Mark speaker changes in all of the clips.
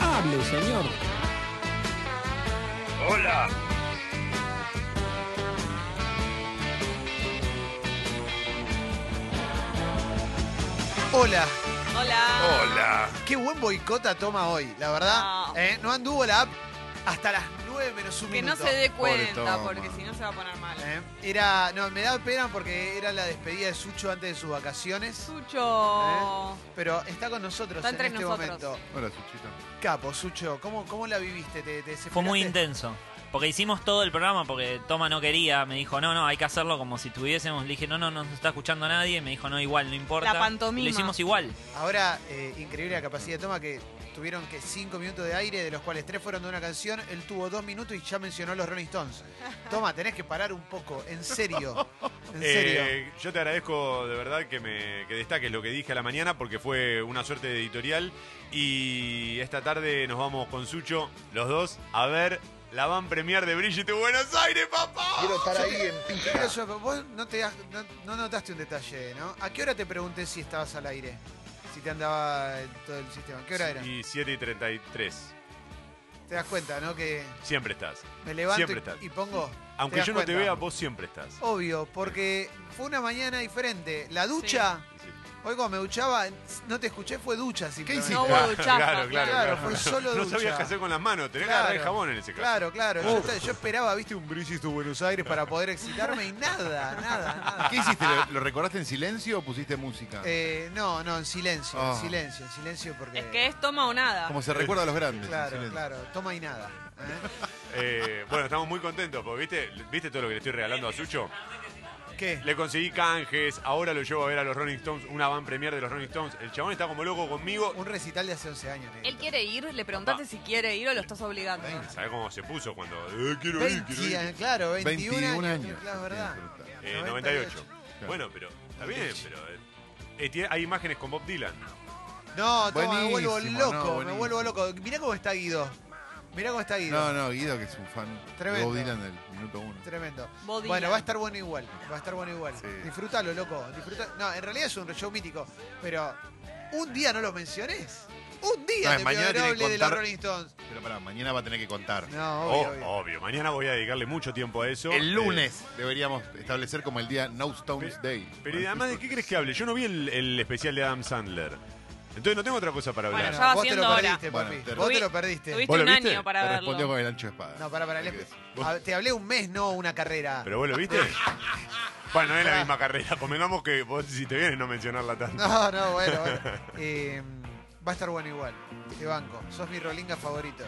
Speaker 1: hable, señor.
Speaker 2: Hola.
Speaker 3: Hola,
Speaker 4: Hola.
Speaker 2: Hola.
Speaker 3: qué buen boicota toma hoy, la verdad.
Speaker 4: No.
Speaker 3: Eh, no anduvo la app hasta las 9 menos un
Speaker 4: Que no
Speaker 3: minuto.
Speaker 4: se dé
Speaker 2: Pobre
Speaker 4: cuenta,
Speaker 2: Toma.
Speaker 4: porque si no se va a poner mal.
Speaker 3: Eh, Era, no, me da pena porque era la despedida de Sucho antes de sus vacaciones, Eh,
Speaker 4: Sucho.
Speaker 3: pero está con nosotros
Speaker 4: Está
Speaker 3: en
Speaker 4: entre
Speaker 3: este
Speaker 4: nosotros.
Speaker 3: momento.
Speaker 2: Hola, Suchito.
Speaker 3: Capo, Sucho, ¿cómo, cómo la viviste? ¿Te, te
Speaker 5: Fue muy
Speaker 3: desesperaste?
Speaker 5: intenso. Porque hicimos todo el programa porque Toma no quería. Me dijo, no, no, hay que hacerlo como si tuviésemos. Le dije, no, no, no se está escuchando nadie. Me dijo, no, igual, no importa.
Speaker 4: La pantomima.
Speaker 5: Lo hicimos igual.
Speaker 3: Ahora, eh, increíble la capacidad de toma que tuvieron que 5 minutos de aire, de los cuales 3 fueron de una canción, él tuvo 2 minutos y ya mencionó los Rolling Stones. Toma, tenés que parar un poco, en serio. En serio.
Speaker 6: Eh, yo te agradezco de verdad que me que destaques lo que dije a la mañana porque fue una suerte de editorial y esta tarde nos vamos con Sucho, los dos, a ver la van premier de Brigitte Buenos Aires, papá.
Speaker 7: Quiero estar ahí en pija.
Speaker 3: Eso, vos no, te das- no- no notaste un detalle, ¿no? ¿A qué hora te pregunté si estabas al aire? Si te andaba el- todo el sistema. ¿Qué hora era?
Speaker 6: Y 7 y 33.
Speaker 3: Te das cuenta, ¿no? Que
Speaker 6: Siempre estás.
Speaker 3: me levanto
Speaker 6: Siempre estás.
Speaker 3: y, y pongo.
Speaker 6: Aunque
Speaker 3: das
Speaker 6: yo no te
Speaker 3: cuenta?
Speaker 6: vea, vos siempre estás.
Speaker 3: Obvio, porque fue una mañana diferente. La ducha,
Speaker 6: Sí.
Speaker 3: hoy cuando me duchaba, no te escuché, fue ducha. simplemente.
Speaker 4: No hubo duchafa,
Speaker 6: claro, claro,
Speaker 3: Claro, fue solo
Speaker 6: No
Speaker 3: ducha.
Speaker 6: sabías qué hacer con las manos, tenés que agarrar el jabón en ese caso.
Speaker 3: Claro, claro. Yo, esta- yo esperaba, viste, un brillisto Buenos Aires para poder excitarme y nada, nada, nada.
Speaker 7: Ah, ¿Qué hiciste? ¿Lo, lo recordaste en silencio o pusiste música?
Speaker 3: Eh, no, no, en silencio,
Speaker 7: Ah.
Speaker 3: en silencio, en silencio porque...
Speaker 4: Es que es toma o nada.
Speaker 7: Como se recuerda a los grandes. en
Speaker 3: Claro,
Speaker 7: silencio.
Speaker 3: claro, toma y nada. ¿eh?
Speaker 6: Eh, bueno, estamos muy contentos porque viste, viste todo lo que le estoy regalando a Sucho.
Speaker 3: ¿Qué?
Speaker 6: Le conseguí canjes, ahora lo llevo a ver a los Rolling Stones, una van premier de los Rolling Stones. El chabón está como loco conmigo.
Speaker 3: Un recital de hace 11 años. negrito.
Speaker 4: Él quiere ir, le preguntaste
Speaker 6: Papá.
Speaker 4: si quiere ir o lo estás obligando.
Speaker 6: ¿Sabés cómo se puso cuando... "Eh, quiero ir,
Speaker 3: 20
Speaker 6: quiero ir.
Speaker 3: años, claro, 21,
Speaker 7: 21
Speaker 3: años.
Speaker 7: años.
Speaker 3: Claro, es verdad.
Speaker 6: Eh, 98. Bueno, pero... Está bien, pero... eh, eh, hay imágenes con Bob Dylan.
Speaker 3: Ah, No, toma, me vuelvo
Speaker 7: Buenísimo, no,
Speaker 3: loco, me
Speaker 7: buenísimo.
Speaker 3: vuelvo loco. Mirá cómo está Guido. Mirá cómo está Guido.
Speaker 7: No, no, Guido, que es un fan.
Speaker 3: Tremendo.
Speaker 7: Bob Dylan del minuto uno.
Speaker 3: Tremendo.
Speaker 4: Vos digas.
Speaker 3: Bueno, va a estar bueno igual. Va a estar bueno igual.
Speaker 7: Sí.
Speaker 3: Disfrútalo, loco. disfruta- No, en realidad es un show mítico. Pero un día no lo mencionés. Un
Speaker 7: No,
Speaker 3: día te
Speaker 7: mañana tiene
Speaker 3: pido
Speaker 7: que
Speaker 3: doble de los
Speaker 7: contar-
Speaker 3: Rolling Stones.
Speaker 7: Pero pará, mañana va a tener que contar.
Speaker 3: No,
Speaker 6: Oh,
Speaker 3: obvio,
Speaker 6: obvio,
Speaker 3: obvio.
Speaker 6: Mañana voy a dedicarle mucho tiempo a eso.
Speaker 7: El
Speaker 6: Eh,
Speaker 7: lunes deberíamos establecer como el día No Stones Day.
Speaker 6: pero ¿y además, ¿de qué crees que hable? Yo no vi el, el especial de Adam Sandler. Entonces no tengo otra cosa para hablar.
Speaker 4: Bueno, ya va
Speaker 3: vos te lo
Speaker 4: siendo hora.
Speaker 3: perdiste,
Speaker 7: Bueno,
Speaker 3: papi.
Speaker 7: te-
Speaker 3: vos te
Speaker 4: Tuvi-
Speaker 3: lo perdiste.
Speaker 4: Tuviste
Speaker 6: ¿Vos lo
Speaker 4: un
Speaker 6: viste?
Speaker 4: año para
Speaker 7: Te
Speaker 4: verlo.
Speaker 7: respondió con el ancho de espada.
Speaker 3: No, para, para. Te hablé un mes, no una carrera.
Speaker 6: ¿Pero vos lo viste? bueno, no es la misma carrera. Convengamos que vos, si te vienes, no mencionarla tanto.
Speaker 3: No, no, bueno. bueno. Eh, va a estar bueno igual. Te banco. Sos mi rolinga favorito.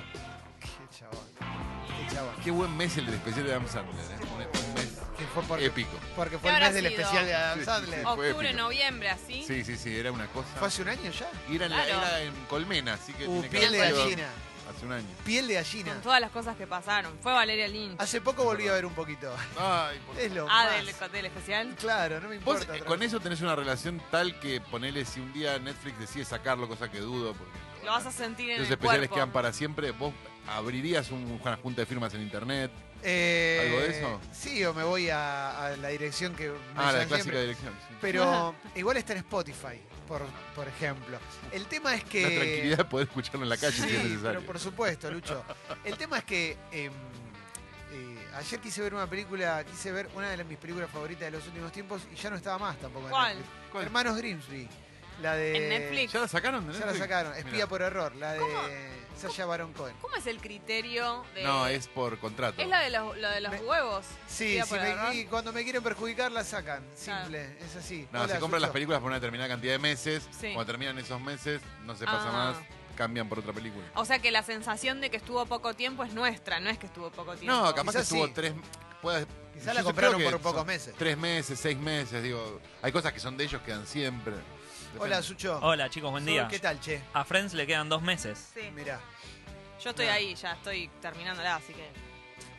Speaker 3: Qué chabón. Qué chabón.
Speaker 7: Qué buen mes el del especial de Adam Sandler. ¿eh? Un mes
Speaker 3: Que fue porque,
Speaker 7: épico.
Speaker 3: porque fue
Speaker 4: ¿Qué
Speaker 3: el
Speaker 4: habrá
Speaker 3: mes del
Speaker 4: sido?
Speaker 3: especial de Adam
Speaker 7: Sí, sí,
Speaker 3: Sandler.
Speaker 7: sí. Fue
Speaker 4: Octubre,
Speaker 7: épico.
Speaker 4: noviembre, así.
Speaker 7: Sí, sí, sí, era una cosa.
Speaker 3: ¿Fue hace un año ya?
Speaker 7: Y era, en la-
Speaker 4: Claro.
Speaker 7: era en Colmena, así que.
Speaker 3: Uh,
Speaker 7: tiene que
Speaker 3: piel de
Speaker 7: haber sido
Speaker 3: gallina.
Speaker 7: Hace un año.
Speaker 3: Piel de gallina.
Speaker 4: Con todas las cosas que pasaron. Fue Valeria Lynch.
Speaker 3: Hace poco volví a ver un poquito.
Speaker 7: Ay, por
Speaker 3: Es lo
Speaker 4: Ah,
Speaker 3: más.
Speaker 4: del hotel especial.
Speaker 3: Claro, no me
Speaker 7: Vos,
Speaker 3: importa.
Speaker 7: eh,
Speaker 3: otra
Speaker 7: con
Speaker 3: cosa.
Speaker 7: eso tenés una relación tal que ponele si un día Netflix decide sacarlo, cosa que dudo, porque
Speaker 4: Lo vas a sentir en
Speaker 7: los
Speaker 4: el
Speaker 7: especiales
Speaker 4: cuerpo.
Speaker 7: quedan para siempre, vos abrirías un- una junta de firmas en internet.
Speaker 3: Eh,
Speaker 7: ¿Algo de eso?
Speaker 3: Sí, o me voy a, a la dirección que me
Speaker 7: Ah, la
Speaker 3: llaman
Speaker 7: clásica
Speaker 3: siempre.
Speaker 7: dirección. sí.
Speaker 3: Pero igual está en Spotify, por, por ejemplo. El tema es que...
Speaker 7: La tranquilidad de poder escucharlo en la calle si es
Speaker 3: Sí,
Speaker 7: necesario.
Speaker 3: pero por supuesto, Lucho. El tema es que em, eh, ayer quise ver una película, quise ver una de las- mis películas favoritas de los últimos tiempos y ya no estaba más tampoco. en
Speaker 4: ¿Cuál?
Speaker 3: Netflix.
Speaker 7: ¿Cuál?
Speaker 3: Hermanos Grimsby. La de...
Speaker 4: En Netflix.
Speaker 7: ¿Ya la sacaron? de
Speaker 3: Ya la
Speaker 7: Netflix?
Speaker 3: sacaron, espía
Speaker 7: Mirá.
Speaker 3: por error, la de Sasha Baron Cohen.
Speaker 4: ¿Cómo es el criterio de.?
Speaker 7: No, es por contrato.
Speaker 4: Es la de los, lo de los
Speaker 3: Me-
Speaker 4: huevos.
Speaker 3: Sí,
Speaker 4: Tira
Speaker 3: si
Speaker 4: por
Speaker 3: me-
Speaker 4: error.
Speaker 3: y cuando me quieren perjudicar la sacan,
Speaker 4: Claro.
Speaker 3: simple, es así.
Speaker 7: No,
Speaker 3: Hola,
Speaker 7: se compran
Speaker 3: Sucho.
Speaker 7: las películas por una determinada cantidad de meses.
Speaker 4: Sí.
Speaker 7: Cuando terminan esos meses, no se pasa
Speaker 4: Ah.
Speaker 7: más, cambian por otra película.
Speaker 4: O sea que la sensación de que estuvo poco tiempo es nuestra, no es que estuvo poco tiempo.
Speaker 7: No, capaz que
Speaker 3: Quizás
Speaker 7: estuvo
Speaker 3: sí.
Speaker 7: tres. Puede,
Speaker 3: Quizás
Speaker 7: yo
Speaker 3: la
Speaker 7: creo
Speaker 3: compraron
Speaker 7: que
Speaker 3: por
Speaker 7: son
Speaker 3: pocos meses.
Speaker 7: Tres meses, seis meses, digo. Hay cosas que son de ellos, quedan siempre. Depende.
Speaker 3: Hola, Sucho.
Speaker 5: Hola, chicos, buen
Speaker 3: Su-
Speaker 5: día.
Speaker 3: ¿Qué tal, che?
Speaker 5: A Friends le quedan dos meses.
Speaker 4: Sí.
Speaker 3: Mirá,
Speaker 4: Yo estoy
Speaker 3: Nah.
Speaker 4: ahí, ya estoy terminándola, así que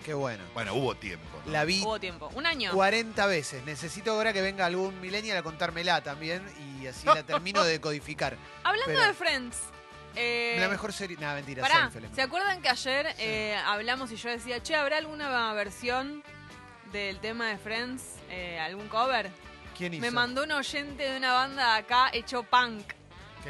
Speaker 3: qué bueno.
Speaker 7: Bueno, hubo tiempo. ¿no?
Speaker 3: La vi
Speaker 4: hubo tiempo. Un año.
Speaker 3: 40 veces. Necesito ahora que venga algún millennial a contármela también y así la termino de codificar.
Speaker 4: Hablando
Speaker 3: pero-
Speaker 4: de Friends. eh,
Speaker 3: La mejor serie. Nada, mentira,
Speaker 4: Pará,
Speaker 3: Seinfeld.
Speaker 4: ¿se acuerdan que ayer eh, hablamos y yo decía, che, ¿habrá alguna versión del tema de Friends? eh, ¿Algún cover?
Speaker 3: ¿Quién hizo?
Speaker 4: Me mandó un oyente de una banda de acá hecho punk.
Speaker 3: Qué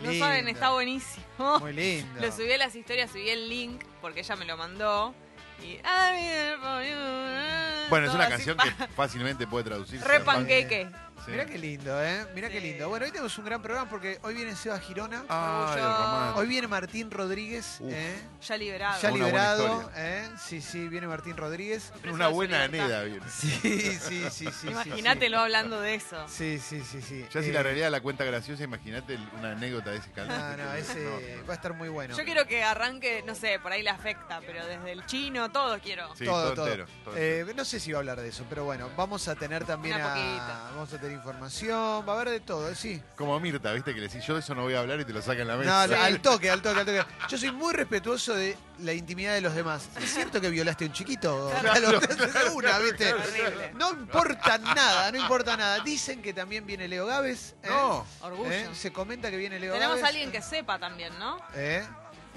Speaker 3: Qué
Speaker 4: no
Speaker 3: lindo.
Speaker 4: saben, está buenísimo.
Speaker 3: Muy lindo.
Speaker 4: Lo subí a las historias, subí el link porque ella me lo mandó. Y. "I'm here for you",
Speaker 7: Bueno, es
Speaker 4: todo
Speaker 7: una
Speaker 4: así,
Speaker 7: canción
Speaker 4: pa-
Speaker 7: que fácilmente puede traducirse.
Speaker 4: Re
Speaker 7: a-
Speaker 4: panqueque.
Speaker 7: Sí.
Speaker 3: Mirá qué lindo, ¿eh? Mirá qué
Speaker 4: Sí.
Speaker 3: lindo. Bueno, hoy tenemos un gran programa porque hoy viene Seba Girona.
Speaker 7: Ah, el romántico.
Speaker 3: Hoy viene Martín Rodríguez,
Speaker 7: Uf.
Speaker 3: ¿eh?
Speaker 4: Ya liberado.
Speaker 3: ya
Speaker 7: Una buena
Speaker 3: liberado,
Speaker 7: historia.
Speaker 3: ¿eh? Sí, sí, viene Martín Rodríguez.
Speaker 4: Preso
Speaker 7: Una
Speaker 4: de su
Speaker 7: buena
Speaker 4: libertad.
Speaker 7: aneda viene.
Speaker 3: Sí, sí, sí, sí. sí,
Speaker 4: Imagínatelo hablando de eso.
Speaker 3: Sí, sí, sí, sí.
Speaker 7: Ya si
Speaker 3: Eh,
Speaker 7: la realidad de la cuenta graciosa, imagínate el- una anécdota de ese
Speaker 3: No,
Speaker 7: canal.
Speaker 3: no, ese va a estar muy bueno.
Speaker 4: Yo quiero que arranque, no sé, por ahí la afecta, pero desde el chino, todo quiero.
Speaker 7: Sí,
Speaker 3: todo,
Speaker 7: todo,
Speaker 3: todo.
Speaker 7: entero. todo
Speaker 3: Eh, no sé si va a hablar de eso, pero bueno, vamos a tener también
Speaker 4: Una
Speaker 3: a-
Speaker 4: poquita.
Speaker 3: vamos a tener información, va a haber de todo, eh, sí.
Speaker 7: entero. Como Mirta, viste que le decís, yo de eso no voy a hablar y te lo sacan en la
Speaker 3: No,
Speaker 7: mesa.
Speaker 3: no, al toque, al toque, al toque. Yo soy muy respetuoso de la intimidad de los demás. ¿Es cierto que violaste a un chiquito? Claro, te haces una, ¿viste?
Speaker 4: Horrible.
Speaker 3: No importa nada, no importa nada. Dicen que también viene Leo Gávez. ¿eh?
Speaker 7: No.
Speaker 4: Orgullo.
Speaker 3: ¿Eh? Se comenta que viene Leo
Speaker 4: Tenemos
Speaker 3: Gávez.
Speaker 4: a alguien que sepa también, ¿no?
Speaker 3: ¿Eh?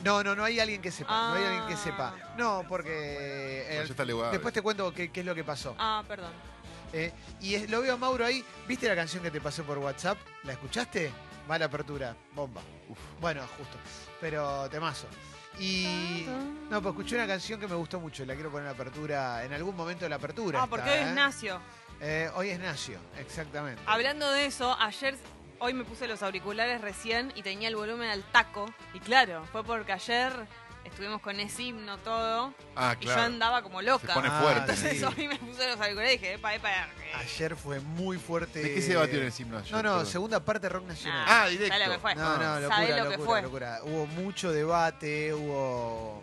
Speaker 3: No, no, no hay alguien que sepa. No hay alguien que
Speaker 4: Ah.
Speaker 3: sepa. No, porque. eh,
Speaker 7: Pues ya está Leo Gávez.
Speaker 3: después te cuento qué, qué es lo que pasó.
Speaker 4: Ah, perdón.
Speaker 3: Eh, y es- lo veo a Mauro ahí. ¿Viste la canción que te pasé por WhatsApp? ¿La escuchaste? Mala apertura, bomba. Bueno, justo. Pero temazo. Y. No, pues escuché una canción que me gustó mucho. La quiero poner en apertura. En algún momento de la apertura.
Speaker 4: Ah,
Speaker 3: está,
Speaker 4: porque hoy es
Speaker 3: ¿eh?
Speaker 4: Nacio. Ah.
Speaker 3: Eh, hoy es Nacio, exactamente.
Speaker 4: Hablando de eso, ayer, hoy me puse los auriculares recién y tenía el volumen al taco. Y claro, fue porque ayer estuvimos con ese himno todo
Speaker 7: Ah,
Speaker 4: y yo
Speaker 7: claro.
Speaker 4: andaba como loca.
Speaker 7: Se pone
Speaker 3: Ah,
Speaker 7: fuerte.
Speaker 3: sí.
Speaker 4: Entonces hoy me puse los auriculares y dije, epa, epa. eh,
Speaker 3: Ayer fue muy fuerte.
Speaker 7: ¿De qué se debatió en el himno ayer?
Speaker 3: No, no,
Speaker 7: Perdón.
Speaker 3: segunda parte rock nacional.
Speaker 4: nah,
Speaker 7: Ah, directo.
Speaker 4: ¿sabés lo que fue?
Speaker 3: No, no, locura,
Speaker 4: ¿Sabés lo
Speaker 3: locura,
Speaker 4: que fue?
Speaker 3: locura. Hubo mucho debate, hubo.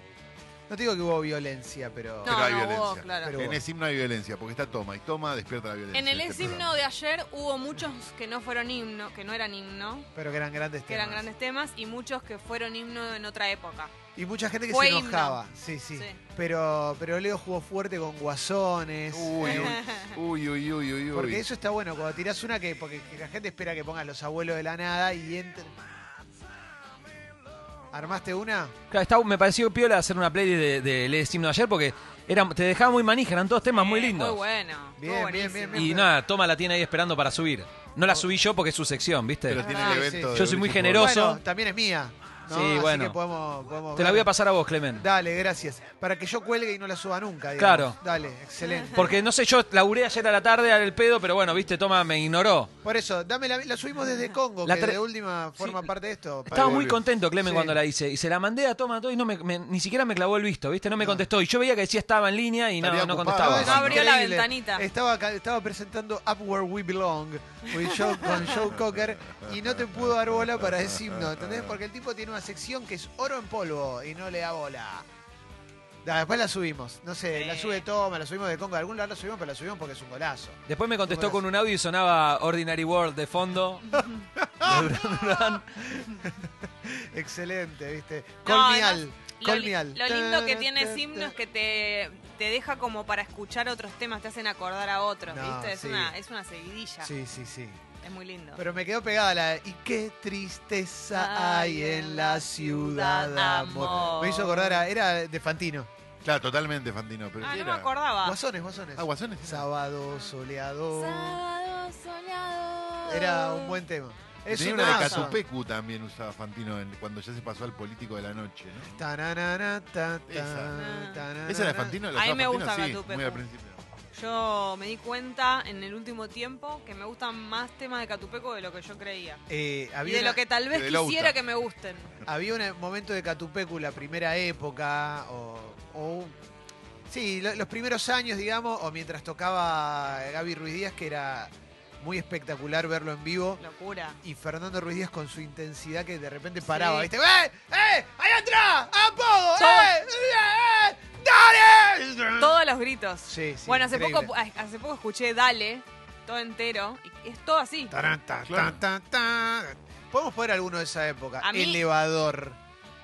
Speaker 3: No te digo que hubo violencia, pero.
Speaker 4: No,
Speaker 7: Pero hay
Speaker 4: no, hubo,
Speaker 7: violencia.
Speaker 4: claro.
Speaker 3: Pero
Speaker 7: En
Speaker 3: bueno.
Speaker 7: ese himno hay violencia, porque está toma y toma despierta la violencia.
Speaker 4: En el
Speaker 7: Este
Speaker 4: ex himno
Speaker 7: programa.
Speaker 4: de ayer hubo muchos que no fueron himno, que no eran himno,
Speaker 3: Pero que eran grandes
Speaker 4: que
Speaker 3: temas.
Speaker 4: eran grandes temas, y muchos que fueron himno en otra época.
Speaker 3: Y mucha gente que
Speaker 4: Fue
Speaker 3: se
Speaker 4: himno.
Speaker 3: enojaba. Sí, sí.
Speaker 4: Sí.
Speaker 3: Pero, pero Leo jugó fuerte con guasones.
Speaker 7: Uy, uy, uy, uy, uy, uy.
Speaker 3: Porque eso está bueno, cuando tirás una que. Porque que la gente espera que pongas los abuelos de la nada y entra. ¿Armaste una?
Speaker 1: Claro, está- me pareció piola hacer una playlist de, de Led Zeppelin de ayer porque eran, te dejaba muy manija, eran todos temas muy
Speaker 4: Eh,
Speaker 1: lindos.
Speaker 4: Muy bueno. Oh. muy
Speaker 3: Bien, bien,
Speaker 4: buenísimo.
Speaker 3: bien, bien.
Speaker 1: Y nada, Toma la tiene ahí esperando para subir. No la subí yo porque es su sección, ¿viste?
Speaker 7: Pero tiene el
Speaker 3: Ah, sí,
Speaker 7: evento
Speaker 3: sí.
Speaker 7: de
Speaker 1: Yo soy muy
Speaker 7: British
Speaker 1: generoso.
Speaker 3: Bueno, también es mía. ¿no?
Speaker 1: Sí,
Speaker 3: Así
Speaker 1: bueno.
Speaker 3: que podemos, podemos
Speaker 1: Te la
Speaker 3: ver.
Speaker 1: voy a pasar a vos, Clemen.
Speaker 3: Dale, gracias. Para que yo cuelgue y no la suba nunca. digamos.
Speaker 1: Claro.
Speaker 3: Dale, excelente.
Speaker 1: Porque no sé, yo laburé ayer a la tarde al pedo, pero bueno, viste, Toma me ignoró.
Speaker 3: Por eso, dame la, la subimos desde Congo,
Speaker 1: La
Speaker 3: que
Speaker 1: tra-
Speaker 3: de última forma parte de esto.
Speaker 1: Estaba
Speaker 7: Ahí
Speaker 1: muy
Speaker 7: volvió.
Speaker 1: contento Clemen
Speaker 3: Sí.
Speaker 1: cuando la hice. Y se la mandé a Toma todo y no me, me- ni siquiera me clavó el visto, ¿viste? No me
Speaker 3: No.
Speaker 1: contestó. Y yo veía que decía estaba en línea y no,
Speaker 7: Estaría
Speaker 1: no
Speaker 7: ocupado.
Speaker 1: contestaba.
Speaker 3: es
Speaker 4: No abrió la
Speaker 3: increíble.
Speaker 4: ventanita.
Speaker 3: Estaba, acá- estaba presentando Up Where We Belong with Joe- con Joe Cocker y no te pudo dar bola para decir no, ¿entendés? Porque el tipo tiene una sección que es oro en polvo y no le da bola. Da, después la subimos. No sé, la
Speaker 4: Sí.
Speaker 3: sube Toma, la subimos de Congo. De algún lado la subimos, pero la subimos porque es un golazo.
Speaker 1: Después me contestó con un audio y sonaba Ordinary World de fondo. De Duran Duran.
Speaker 3: Excelente, ¿viste?
Speaker 4: No,
Speaker 3: Colmial.
Speaker 4: Lo, li-
Speaker 3: Colmial.
Speaker 4: lo lindo que tiene ese himno es que te, te deja como para escuchar otros temas, te hacen acordar a otros,
Speaker 3: No,
Speaker 4: ¿viste? Es,
Speaker 3: sí.
Speaker 4: una, es una seguidilla,
Speaker 3: Sí, sí, sí.
Speaker 4: es muy lindo.
Speaker 3: Pero me quedó pegada la. Y qué tristeza hay en la ciudad, amor. Me hizo acordar, a- era de Fantino.
Speaker 7: Claro, totalmente, Fantino. Pero
Speaker 4: ah,
Speaker 7: ¿qué
Speaker 4: no me
Speaker 7: era?
Speaker 4: acordaba.
Speaker 3: Guasones, guasones.
Speaker 7: Ah, Guasones.
Speaker 3: Sábado soleado.
Speaker 4: Sábado soleado.
Speaker 3: Era un buen tema. Es
Speaker 7: Tenía
Speaker 3: un
Speaker 7: una de
Speaker 3: temazo.
Speaker 7: Catupecu también usaba Fantino en- cuando ya se pasó al político de la noche, ¿no?
Speaker 3: Tananana, ta, ta,
Speaker 7: Esa. Ah.
Speaker 3: tananana.
Speaker 7: ¿Esa era de Fantino? ¿La
Speaker 4: A mí
Speaker 7: usaba
Speaker 4: me
Speaker 7: Fantino?
Speaker 4: gusta
Speaker 7: sí,
Speaker 4: Catupecu.
Speaker 7: muy al principio.
Speaker 4: Yo me di cuenta en el último tiempo que me gustan más temas de Catupeco de lo que yo creía.
Speaker 3: Eh,
Speaker 4: Y
Speaker 3: había
Speaker 4: de
Speaker 3: una-
Speaker 4: lo que tal vez
Speaker 7: de Louta.
Speaker 4: quisiera que me gusten.
Speaker 3: Había un momento de Catupecu, la primera época, o. o- sí, lo- los primeros años, digamos, o mientras tocaba Gaby Ruiz Díaz, que era muy espectacular verlo en vivo.
Speaker 4: Locura.
Speaker 3: Y Fernando Ruiz Díaz con su intensidad que de repente
Speaker 4: Sí.
Speaker 3: paraba, ¿viste? ¡Eh! ¡Eh! ¡Ahí atrás! ¡A poco!
Speaker 4: Todo-
Speaker 3: ¡Eh! ¡Eh! ¡Eh! ¡Dale!
Speaker 4: Todos los gritos.
Speaker 3: Sí, sí,
Speaker 4: bueno, hace
Speaker 3: increíble.
Speaker 4: poco, hace poco escuché Dale, todo entero. Y es todo así.
Speaker 3: Tarán, tan,
Speaker 7: Claro.
Speaker 3: tan, tan, tan. Podemos poner alguno de esa época.
Speaker 4: A mí-
Speaker 3: Elevador.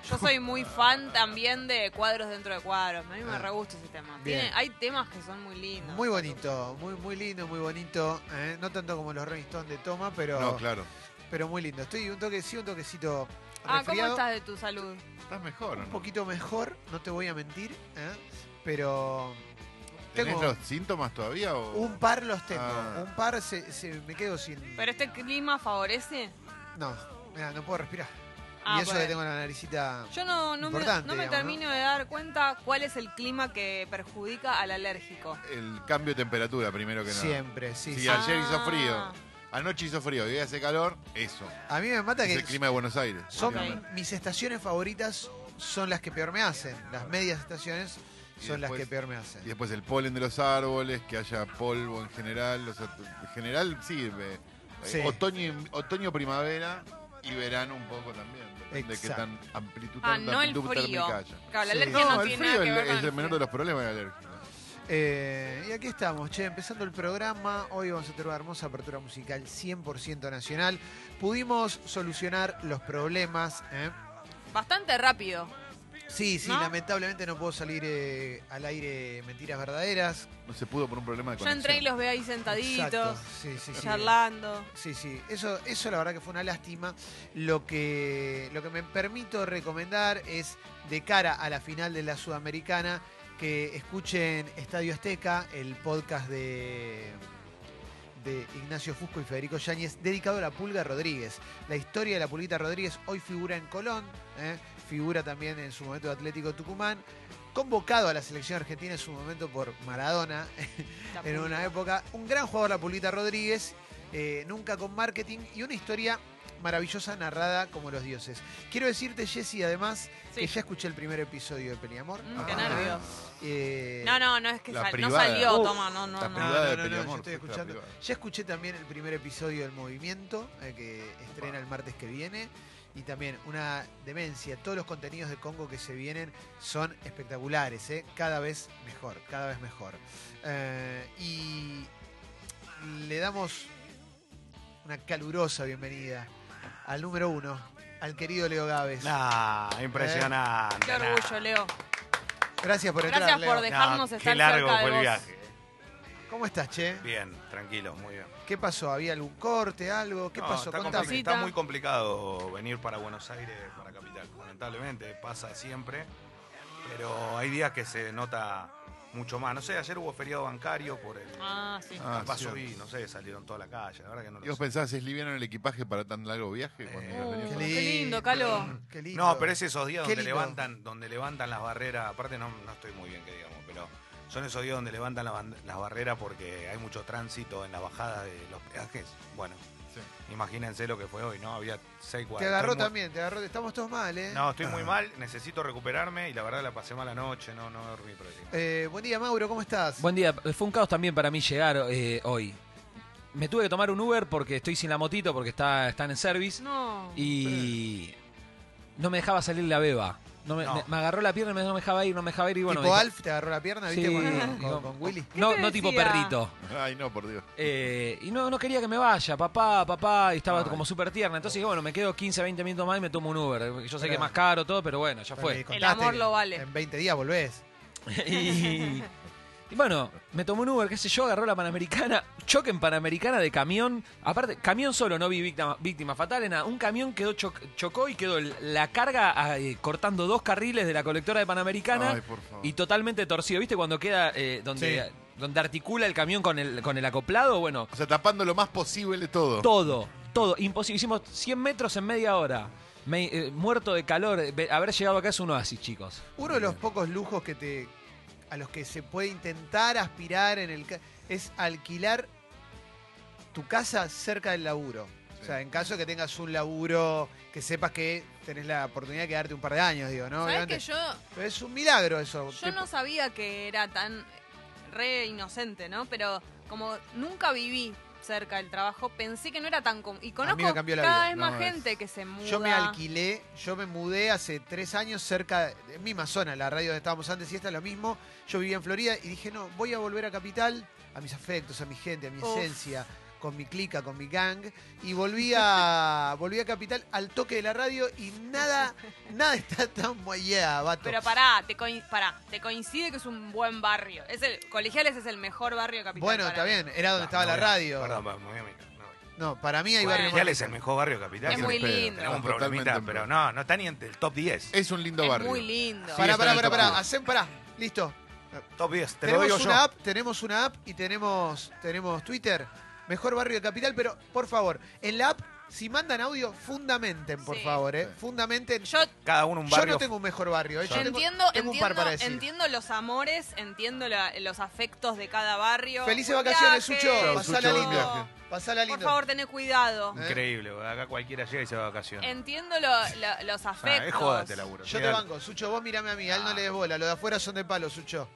Speaker 4: Yo soy muy fan también de cuadros dentro de cuadros. A mí me
Speaker 3: Ah.
Speaker 4: re gusta ese tema.
Speaker 3: Bien.
Speaker 4: Tiene- hay temas que son muy lindos.
Speaker 3: Muy bonito, muy, muy lindo, muy bonito. ¿eh? No tanto como los Rolling Stones de Toma, pero,
Speaker 7: No, claro.
Speaker 3: pero muy lindo. Estoy un toque, sí, un toquecito
Speaker 4: Ah, ¿cómo
Speaker 3: resfriado.
Speaker 4: estás de tu salud?
Speaker 7: Estás mejor, ¿o
Speaker 3: Un
Speaker 7: ¿no?
Speaker 3: poquito mejor, no te voy a mentir, ¿eh? pero
Speaker 7: ¿Tenés
Speaker 3: tengo-
Speaker 7: los síntomas todavía? O...
Speaker 3: un par los tengo.
Speaker 7: Ah.
Speaker 3: Un par se, se- me quedo sin.
Speaker 4: ¿Pero este clima favorece?
Speaker 3: No, mirá, no puedo respirar.
Speaker 4: Ah,
Speaker 3: y eso
Speaker 4: bueno.
Speaker 3: que tengo la naricita.
Speaker 4: Yo no, no me,
Speaker 3: Importante,
Speaker 4: no me
Speaker 3: digamos,
Speaker 4: termino de dar cuenta cuál es el clima que perjudica al alérgico.
Speaker 7: El cambio de temperatura, primero que nada.
Speaker 3: Siempre, sí.
Speaker 7: Si
Speaker 3: sí.
Speaker 4: Ah.
Speaker 7: ayer hizo frío, anoche hizo frío y hoy hace calor, eso.
Speaker 3: A mí me mata
Speaker 7: Es
Speaker 3: que
Speaker 7: el clima de Buenos Aires.
Speaker 3: son
Speaker 4: Ok.
Speaker 3: mis estaciones favoritas son las que peor me hacen. Las medias estaciones
Speaker 7: Y
Speaker 3: son las
Speaker 7: después-
Speaker 3: que peor me
Speaker 7: Y
Speaker 3: hacen.
Speaker 7: después el polen de los árboles, que haya polvo en general. O sea, en general sirve.
Speaker 3: Sí.
Speaker 7: Otoño, y- otoño, primavera y verano un poco también. Depende de qué tan amplitud,
Speaker 4: Ah,
Speaker 7: tanta
Speaker 4: no el
Speaker 7: amplitud
Speaker 4: frío.
Speaker 7: térmica haya.
Speaker 4: Claro, la
Speaker 3: Sí.
Speaker 4: alergia no,
Speaker 7: el
Speaker 4: tiene
Speaker 7: frío
Speaker 4: nada que
Speaker 7: es-
Speaker 4: ver con
Speaker 7: es
Speaker 4: el
Speaker 7: el menor
Speaker 4: frío.
Speaker 7: de los problemas de la alergia.
Speaker 3: Eh, y aquí estamos, che, empezando el programa. Hoy vamos a tener una hermosa apertura musical 100% nacional. Pudimos solucionar los problemas. ¿eh?
Speaker 4: Bastante rápido.
Speaker 3: Sí, sí,
Speaker 4: ¿No?
Speaker 3: lamentablemente no puedo salir eh, al aire mentiras verdaderas.
Speaker 7: No se pudo por un problema de
Speaker 4: Yo entré y
Speaker 7: conexión.
Speaker 4: los veo ahí sentaditos,
Speaker 3: Exacto. Sí, sí, sí.
Speaker 4: charlando.
Speaker 3: Sí, sí, eso, eso la verdad que fue una lástima. Lo que, lo que me permito recomendar es, de cara a la final de la Sudamericana, que escuchen Estadio Azteca, el podcast de, de Ignacio Fusco y Federico Yáñez, dedicado a la Pulga Rodríguez. La historia de la Pulguita Rodríguez hoy figura en Colón, ¿eh? figura también en su momento de Atlético Tucumán, convocado a la selección argentina en su momento por Maradona, en una época. Un gran jugador, la Pulita Rodríguez, eh, nunca con marketing y una historia maravillosa narrada como los dioses. Quiero decirte, Jessy, además, que
Speaker 4: Sí.
Speaker 3: ya escuché el primer episodio de Peliamor.
Speaker 4: Mm, qué
Speaker 7: Ah.
Speaker 4: nervios.
Speaker 3: Eh,
Speaker 4: No, no, no es que
Speaker 7: la
Speaker 4: sal- no
Speaker 7: privada.
Speaker 4: salió,
Speaker 7: Uf,
Speaker 4: toma, no, no, no.
Speaker 7: la
Speaker 3: No, no,
Speaker 7: Privada de
Speaker 3: no, no,
Speaker 7: Peliamor,
Speaker 3: yo estoy
Speaker 7: fue la
Speaker 3: escuchando.
Speaker 7: privada.
Speaker 3: Ya escuché también el primer episodio del Movimiento, eh, que estrena el martes que viene. Y también una demencia. Todos los contenidos de Congo que se vienen son espectaculares, eh, cada vez mejor, cada vez mejor. Eh, y le damos una calurosa bienvenida al número uno, al querido Leo Gávez.
Speaker 2: Nah, Ah, impresionante.
Speaker 4: Eh, Qué
Speaker 3: Ah.
Speaker 2: nah.
Speaker 4: orgullo, Leo.
Speaker 3: Gracias por entrar,
Speaker 4: Gracias por
Speaker 3: Leo.
Speaker 4: de- Dejarnos
Speaker 2: qué
Speaker 4: estar
Speaker 2: largo
Speaker 4: cerca de
Speaker 2: fue el
Speaker 4: vos.
Speaker 2: viaje.
Speaker 3: ¿Cómo estás, Che?
Speaker 2: Bien, tranquilo, muy bien.
Speaker 3: ¿Qué pasó? ¿Había algún corte, algo? ¿Qué
Speaker 2: No,
Speaker 3: pasó?
Speaker 2: Está,
Speaker 3: Contame.
Speaker 2: compli- está
Speaker 4: Cosita.
Speaker 2: muy complicado venir para Buenos Aires, para Capital. Lamentablemente, pasa siempre. Pero hay días que se nota mucho más. No sé, ayer hubo feriado bancario por el
Speaker 4: Ah, sí.
Speaker 7: Ah,
Speaker 2: paso
Speaker 7: sí.
Speaker 2: y no sé, salieron toda la calle. La verdad que no
Speaker 7: ¿Y
Speaker 2: lo
Speaker 7: vos
Speaker 2: sé.
Speaker 7: pensabas, es liviano el equipaje para tan largo viaje? Cuando
Speaker 2: Eh,
Speaker 7: lo tenías
Speaker 4: Uh, Qué
Speaker 7: para-
Speaker 4: lindo, Calo.
Speaker 3: Qué lindo.
Speaker 2: No, pero es esos días
Speaker 3: Qué
Speaker 2: donde
Speaker 3: lindo.
Speaker 2: levantan, donde levantan las barreras. Aparte no, no estoy muy bien que digamos, pero son esos días donde levantan la ban- las barreras porque hay mucho tránsito en la bajada de los peajes. Bueno,
Speaker 7: Sí.
Speaker 2: imagínense lo que fue hoy, ¿no? Había seis cuadras.
Speaker 3: Te agarró
Speaker 2: Estoy muy-
Speaker 3: también, te agarró. Estamos todos mal, ¿eh?
Speaker 2: No, estoy
Speaker 7: Ah.
Speaker 2: muy mal, necesito recuperarme y la verdad la pasé mala noche, no, no dormí pero digo,
Speaker 3: Eh, buen día, Mauro, ¿cómo estás?
Speaker 1: Buen día, fue un caos también para mí llegar eh, hoy. Me tuve que tomar un Uber porque estoy sin la motito, porque está, están en service.
Speaker 4: No.
Speaker 1: Y no me dejaba salir la beba. No me,
Speaker 2: No.
Speaker 1: me- me agarró la pierna y me- no me dejaba ir, no me dejaba ir. Y bueno,
Speaker 3: tipo
Speaker 1: dije-
Speaker 3: Alf te agarró la pierna, ¿viste?
Speaker 1: Sí,
Speaker 3: Cuando- con,
Speaker 1: digo-
Speaker 3: con Willy.
Speaker 1: no, Oh,
Speaker 4: te
Speaker 1: no tipo
Speaker 4: decía?
Speaker 1: perrito.
Speaker 7: Ay, no, por Dios.
Speaker 1: Eh, y no, no quería que me vaya, papá, papá, y estaba como súper tierna. Entonces dije, bueno, me quedo 15, 20 minutos más y me tomo un Uber. Yo sé que es más caro todo, pero bueno, ya
Speaker 3: Me
Speaker 1: fue.
Speaker 3: contaste
Speaker 4: El amor
Speaker 3: que
Speaker 4: lo vale.
Speaker 3: En 20 días volvés.
Speaker 1: y, y bueno, me tomó un Uber, qué sé yo, agarró la Panamericana, choque en Panamericana de camión. Aparte, camión solo, no vi víctima, víctima fatal, nada. Un camión quedó cho- chocó y quedó el- la carga eh, cortando dos carriles de la colectora de Panamericana
Speaker 7: Ay, por favor.
Speaker 1: y totalmente torcido. ¿Viste cuando queda eh, donde, donde articula el camión con el, con el acoplado? Bueno,
Speaker 7: O sea, tapando lo más posible todo.
Speaker 1: todo, todo, imposible. Hicimos 100 metros en media hora. Me- eh, muerto de calor, eh, ve- haber llegado acá es un oasis, chicos.
Speaker 3: Uno de los pocos lujos que te a los que se puede intentar aspirar en el ca- es alquilar tu casa cerca del laburo. O sea, en caso de que tengas un laburo que sepas que tenés la oportunidad de quedarte un par de años, digo, ¿no?
Speaker 4: ¿Sabes
Speaker 3: Obviamente.
Speaker 4: que yo,
Speaker 3: Pero es un milagro eso.
Speaker 4: yo no sabía que era tan re inocente, ¿no? Pero como nunca viví cerca del trabajo, pensé que no era tan común. Y conozco
Speaker 3: me
Speaker 4: cada
Speaker 3: cambió la vida.
Speaker 4: vez
Speaker 7: No,
Speaker 4: más
Speaker 7: es-
Speaker 4: gente que se muda.
Speaker 3: Yo me alquilé, yo me mudé hace tres años cerca, de misma zona, la radio donde estábamos antes y esta es lo mismo. Yo vivía en Florida y dije, no, voy a volver a Capital, a mis afectos, a mi gente, a mi
Speaker 4: Uf.
Speaker 3: esencia, con mi clica, con mi gang. Y volví a, volví a Capital al toque de la radio y nada, nada está tan muellada, vato.
Speaker 4: Pero pará te, coin- pará, te coincide que es un buen barrio. Es el, Colegiales es el mejor barrio de capital.
Speaker 3: bueno,
Speaker 4: para
Speaker 3: está
Speaker 4: mí.
Speaker 3: bien, era donde estaba la radio.
Speaker 2: Perdón, perdón, me voy a mi- me voy.
Speaker 3: No, para mí hay
Speaker 4: Bueno.
Speaker 3: barrio
Speaker 2: Colegial
Speaker 3: más-
Speaker 2: es el mejor barrio de capital.
Speaker 4: Es muy
Speaker 2: Tenemos
Speaker 4: lindo.
Speaker 2: un
Speaker 7: Totalmente
Speaker 2: problemita,
Speaker 7: en pedo.
Speaker 2: pero no, no está ni en el top 10.
Speaker 7: Es un lindo
Speaker 4: Es
Speaker 7: barrio.
Speaker 4: muy lindo.
Speaker 7: Sí,
Speaker 3: Pará,
Speaker 7: está
Speaker 3: pará,
Speaker 7: en el
Speaker 3: pará,
Speaker 7: top
Speaker 3: pará,
Speaker 7: diez.
Speaker 3: hacen, pará, listo.
Speaker 2: Top 10, te lo
Speaker 3: tenemos
Speaker 2: digo
Speaker 3: una
Speaker 2: yo.
Speaker 3: app, tenemos una app y tenemos, tenemos Twitter, mejor barrio de capital, pero por favor, en la app Si mandan audio, fundamenten, por
Speaker 4: Sí.
Speaker 3: favor, ¿eh?
Speaker 7: Sí.
Speaker 3: Fundamenten.
Speaker 4: Yo
Speaker 2: Cada uno un
Speaker 3: Yo
Speaker 2: barrio.
Speaker 3: no tengo un mejor barrio, ¿eh? Yo tengo-
Speaker 4: entiendo,
Speaker 3: tengo un par
Speaker 4: entiendo,
Speaker 3: para decir.
Speaker 4: entiendo los amores, entiendo la- los afectos de cada barrio.
Speaker 3: Felices
Speaker 4: Un
Speaker 3: vacaciones,
Speaker 4: viaje.
Speaker 3: Sucho.
Speaker 7: Chao,
Speaker 3: Pasala
Speaker 7: Sucho, buen
Speaker 3: lindo. Eh.
Speaker 7: viaje.
Speaker 3: Pasala lindo.
Speaker 4: Por favor, tené cuidado.
Speaker 3: Eh.
Speaker 2: Increíble, boludo. acá cualquiera llega y se va de
Speaker 4: Eh,
Speaker 2: vacaciones.
Speaker 4: Entiendo lo- lo- los
Speaker 2: O sea,
Speaker 4: afectos.
Speaker 2: es joda este Ah, eh, laburo.
Speaker 3: Yo te
Speaker 2: Llega-
Speaker 3: banco. Sucho, vos mirame a mí. A él
Speaker 2: Ah.
Speaker 3: no le des bola. Los de afuera son de palo, Sucho.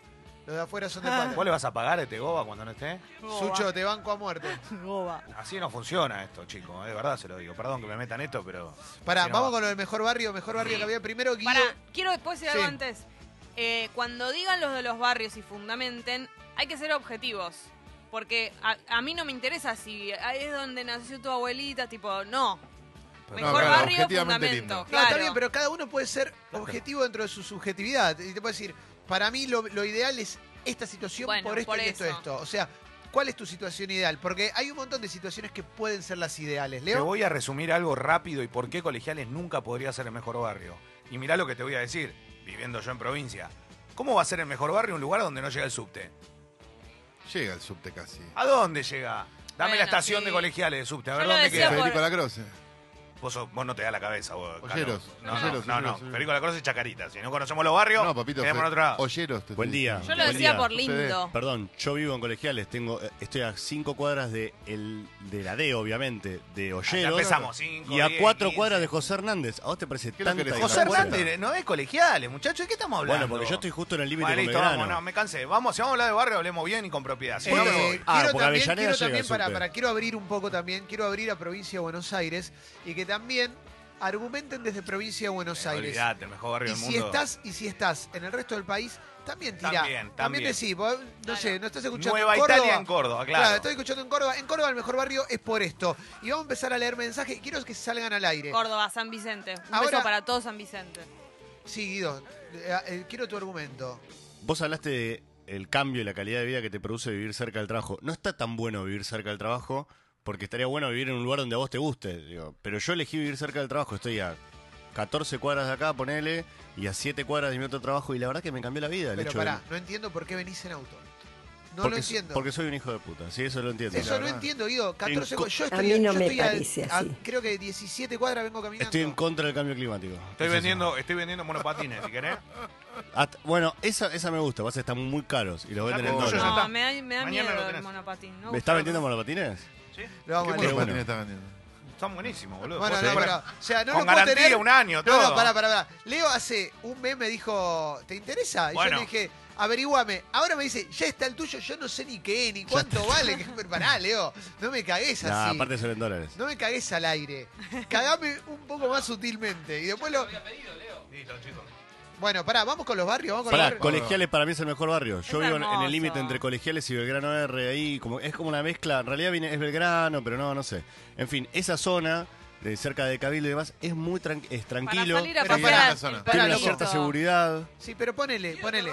Speaker 3: Los de afuera son de
Speaker 4: Ah.
Speaker 2: ¿Vos
Speaker 3: palo.
Speaker 2: le vas a pagar a este goba cuando no esté?
Speaker 3: Sucho, te banco a muerte.
Speaker 4: Goba.
Speaker 2: Así no funciona esto, chicos. De verdad se lo digo. Perdón que me metan esto, pero.
Speaker 3: Pará,
Speaker 2: Sí, no.
Speaker 3: vamos con lo del mejor barrio. Mejor barrio
Speaker 4: Sí.
Speaker 3: que había primero, Guido.
Speaker 4: Pará, quiero después decir algo
Speaker 3: Sí.
Speaker 4: antes. Eh, cuando digan los de los barrios y fundamenten, hay que ser objetivos. Porque a, a mí no me interesa si ahí es donde nació tu abuelita, tipo, no. Mejor
Speaker 7: claro,
Speaker 4: barrio,
Speaker 7: objetivamente
Speaker 4: fundamento.
Speaker 7: lindo.
Speaker 3: No, está
Speaker 4: claro.
Speaker 3: bien, pero cada uno puede ser objetivo dentro de su subjetividad. Y te puede decir, para mí lo, lo ideal es esta situación
Speaker 4: Bueno,
Speaker 3: por esto
Speaker 4: por
Speaker 3: y esto,
Speaker 4: eso.
Speaker 3: esto. O sea, ¿cuál es tu situación ideal? Porque hay un montón de situaciones que pueden ser las ideales.
Speaker 2: Te
Speaker 3: Leo,
Speaker 2: voy a resumir algo rápido y por qué Colegiales nunca podría ser el mejor barrio. Y mirá lo que te voy a decir, viviendo yo en provincia. ¿Cómo va a ser el mejor barrio un lugar donde no llega el subte?
Speaker 7: Llega el subte casi.
Speaker 2: ¿A dónde llega? Dame
Speaker 4: Bueno,
Speaker 2: la estación
Speaker 4: sí.
Speaker 2: de Colegiales de subte, a
Speaker 4: Yo
Speaker 2: ver
Speaker 4: lo
Speaker 2: dónde
Speaker 4: decía
Speaker 2: queda.
Speaker 4: por-
Speaker 7: Federico Lacroce.
Speaker 2: Vos, sos- vos no te da la cabeza, vos. Cano.
Speaker 7: Olleros,
Speaker 2: No, no,
Speaker 7: Olleros,
Speaker 2: no, no.
Speaker 7: Olleros, Olleros.
Speaker 2: Federico la Cruz es Chacarita. Si no conocemos los barrios,
Speaker 7: No, papito.
Speaker 2: quedemos en
Speaker 7: Fe-
Speaker 2: otro lado.
Speaker 7: Olleros. te
Speaker 8: Buen
Speaker 7: estoy
Speaker 8: día.
Speaker 4: Yo
Speaker 7: diciendo.
Speaker 4: lo
Speaker 8: Buen
Speaker 4: decía
Speaker 8: día.
Speaker 4: por lindo.
Speaker 8: Perdón, yo vivo en Colegiales, tengo, eh, estoy a cinco cuadras de, el, de la D, obviamente, de
Speaker 2: Ah, Ya
Speaker 8: Olleros.
Speaker 2: empezamos, cinco,
Speaker 8: y a
Speaker 2: diez,
Speaker 8: cuatro
Speaker 2: quince.
Speaker 8: cuadras de José Hernández. ¿A vos te parece
Speaker 7: ¿Qué lo
Speaker 8: tanta
Speaker 7: querés?
Speaker 2: José
Speaker 7: Bueno.
Speaker 2: Hernández no es Colegiales, muchachos. ¿De qué estamos hablando?
Speaker 8: Bueno, porque yo estoy justo en el límite
Speaker 2: Bueno,
Speaker 8: con
Speaker 2: listo, vamos, no,
Speaker 8: Belgrano.
Speaker 2: me cansé. Vamos, si vamos a hablar de barrio, hablemos bien y con propiedad. Si
Speaker 3: eh,
Speaker 2: no, me voy.
Speaker 3: quiero
Speaker 8: Ah, porque
Speaker 3: también,
Speaker 8: Avellaneda
Speaker 3: quiero
Speaker 8: llega
Speaker 3: también
Speaker 8: al
Speaker 3: para,
Speaker 8: subte.
Speaker 2: eh.
Speaker 3: para- quiero abrir un poco también, quiero abrir a provincia de Buenos Aires y que también argumenten desde provincia de Buenos
Speaker 2: Eh,
Speaker 3: Aires.
Speaker 2: Olvidate, el mejor barrio
Speaker 3: Y
Speaker 2: del
Speaker 3: si
Speaker 2: mundo.
Speaker 3: estás, y si estás en el resto del país, también tirá.
Speaker 2: También, también.
Speaker 3: decí, vos, no
Speaker 4: Claro.
Speaker 3: sé, no estás escuchando
Speaker 2: Nueva
Speaker 3: en Córdoba.
Speaker 2: Italia en Córdoba, claro.
Speaker 3: estoy escuchando en Córdoba. En Córdoba el mejor barrio es por esto. Y vamos a empezar a leer mensajes y quiero que salgan al aire.
Speaker 4: Córdoba, San Vicente. Un
Speaker 3: Ahora-
Speaker 4: beso para todo San Vicente.
Speaker 3: Sí, Guido, eh, eh, quiero tu argumento.
Speaker 8: Vos hablaste de el cambio y la calidad de vida que te produce vivir cerca del trabajo. No está tan bueno vivir cerca del trabajo, porque estaría bueno vivir en un lugar donde a vos te guste. digo. Pero yo elegí vivir cerca del trabajo, estoy a 14 cuadras de acá, ponele, y a 7 cuadras de mi otro trabajo, y la verdad que me cambió la vida. El
Speaker 3: Pero
Speaker 8: hecho de-
Speaker 3: pará, no entiendo por qué venís en auto. No
Speaker 8: porque,
Speaker 3: lo entiendo.
Speaker 8: Porque soy un hijo de puta, sí, eso lo entiendo.
Speaker 3: Eso no entiendo, Guido. 14
Speaker 8: En co-
Speaker 3: Yo
Speaker 9: A
Speaker 3: estoy,
Speaker 9: mí no
Speaker 3: yo
Speaker 9: me
Speaker 3: estoy a-
Speaker 9: parece
Speaker 3: a-
Speaker 9: así.
Speaker 3: creo que 17 cuadras vengo caminando.
Speaker 8: Estoy en contra del cambio climático.
Speaker 2: Estoy
Speaker 8: Eso
Speaker 2: vendiendo, estoy vendiendo monopatines, si querés.
Speaker 8: sí. At- bueno, esa, esa me gusta, pasa, están muy caros y los venden en
Speaker 2: Yo
Speaker 4: No,
Speaker 2: ya
Speaker 8: dólares.
Speaker 2: está.
Speaker 4: me da, me da
Speaker 2: Mañana lo
Speaker 4: miedo el
Speaker 2: tenés.
Speaker 4: monopatín. No,
Speaker 8: ¿Me está vendiendo monopatines?
Speaker 2: ¿Sí?
Speaker 3: Lo vamos a
Speaker 7: ¿Qué
Speaker 3: leer.
Speaker 8: bueno.
Speaker 7: monopatines estás vendiendo?
Speaker 2: Son buenísimos, boludo.
Speaker 3: Bueno,
Speaker 2: Vos
Speaker 3: no,
Speaker 2: te-
Speaker 3: pero, o sea, no
Speaker 2: con
Speaker 3: lo puedo
Speaker 2: garantía,
Speaker 3: tener.
Speaker 2: un año,
Speaker 3: No,
Speaker 2: todo.
Speaker 3: no, pará, pará, pará. Leo hace un mes me dijo, ¿te interesa? Y yo
Speaker 2: Bueno.
Speaker 3: le dije, averiguame. Ahora me dice, ya está el tuyo, yo no sé ni qué, ni cuánto vale. Pero Pará, Leo, no me cagues
Speaker 8: Nah,
Speaker 3: así.
Speaker 8: aparte son en dólares.
Speaker 3: No me cagues al aire. Cagame un poco más sutilmente. Y después lo...
Speaker 2: Listo, chicos.
Speaker 3: Bueno, pará, vamos con los barrios, vamos con los
Speaker 8: Pará,
Speaker 3: barrios.
Speaker 8: colegiales para mí es el mejor barrio. Yo
Speaker 4: Es
Speaker 8: vivo en- en
Speaker 4: hermoso.
Speaker 8: el límite entre colegiales y Belgrano R. Ahí como, es como una mezcla. En realidad viene, es Belgrano, pero no, no sé. En fin, esa zona de cerca de Cabildo y demás es muy tran- es
Speaker 4: para
Speaker 8: tranquilo.
Speaker 4: salir a
Speaker 7: pero
Speaker 4: pasear.
Speaker 7: pará,
Speaker 4: el
Speaker 7: zona.
Speaker 8: tiene una
Speaker 4: perrito.
Speaker 8: cierta seguridad.
Speaker 3: Sí, pero ponele, ponele.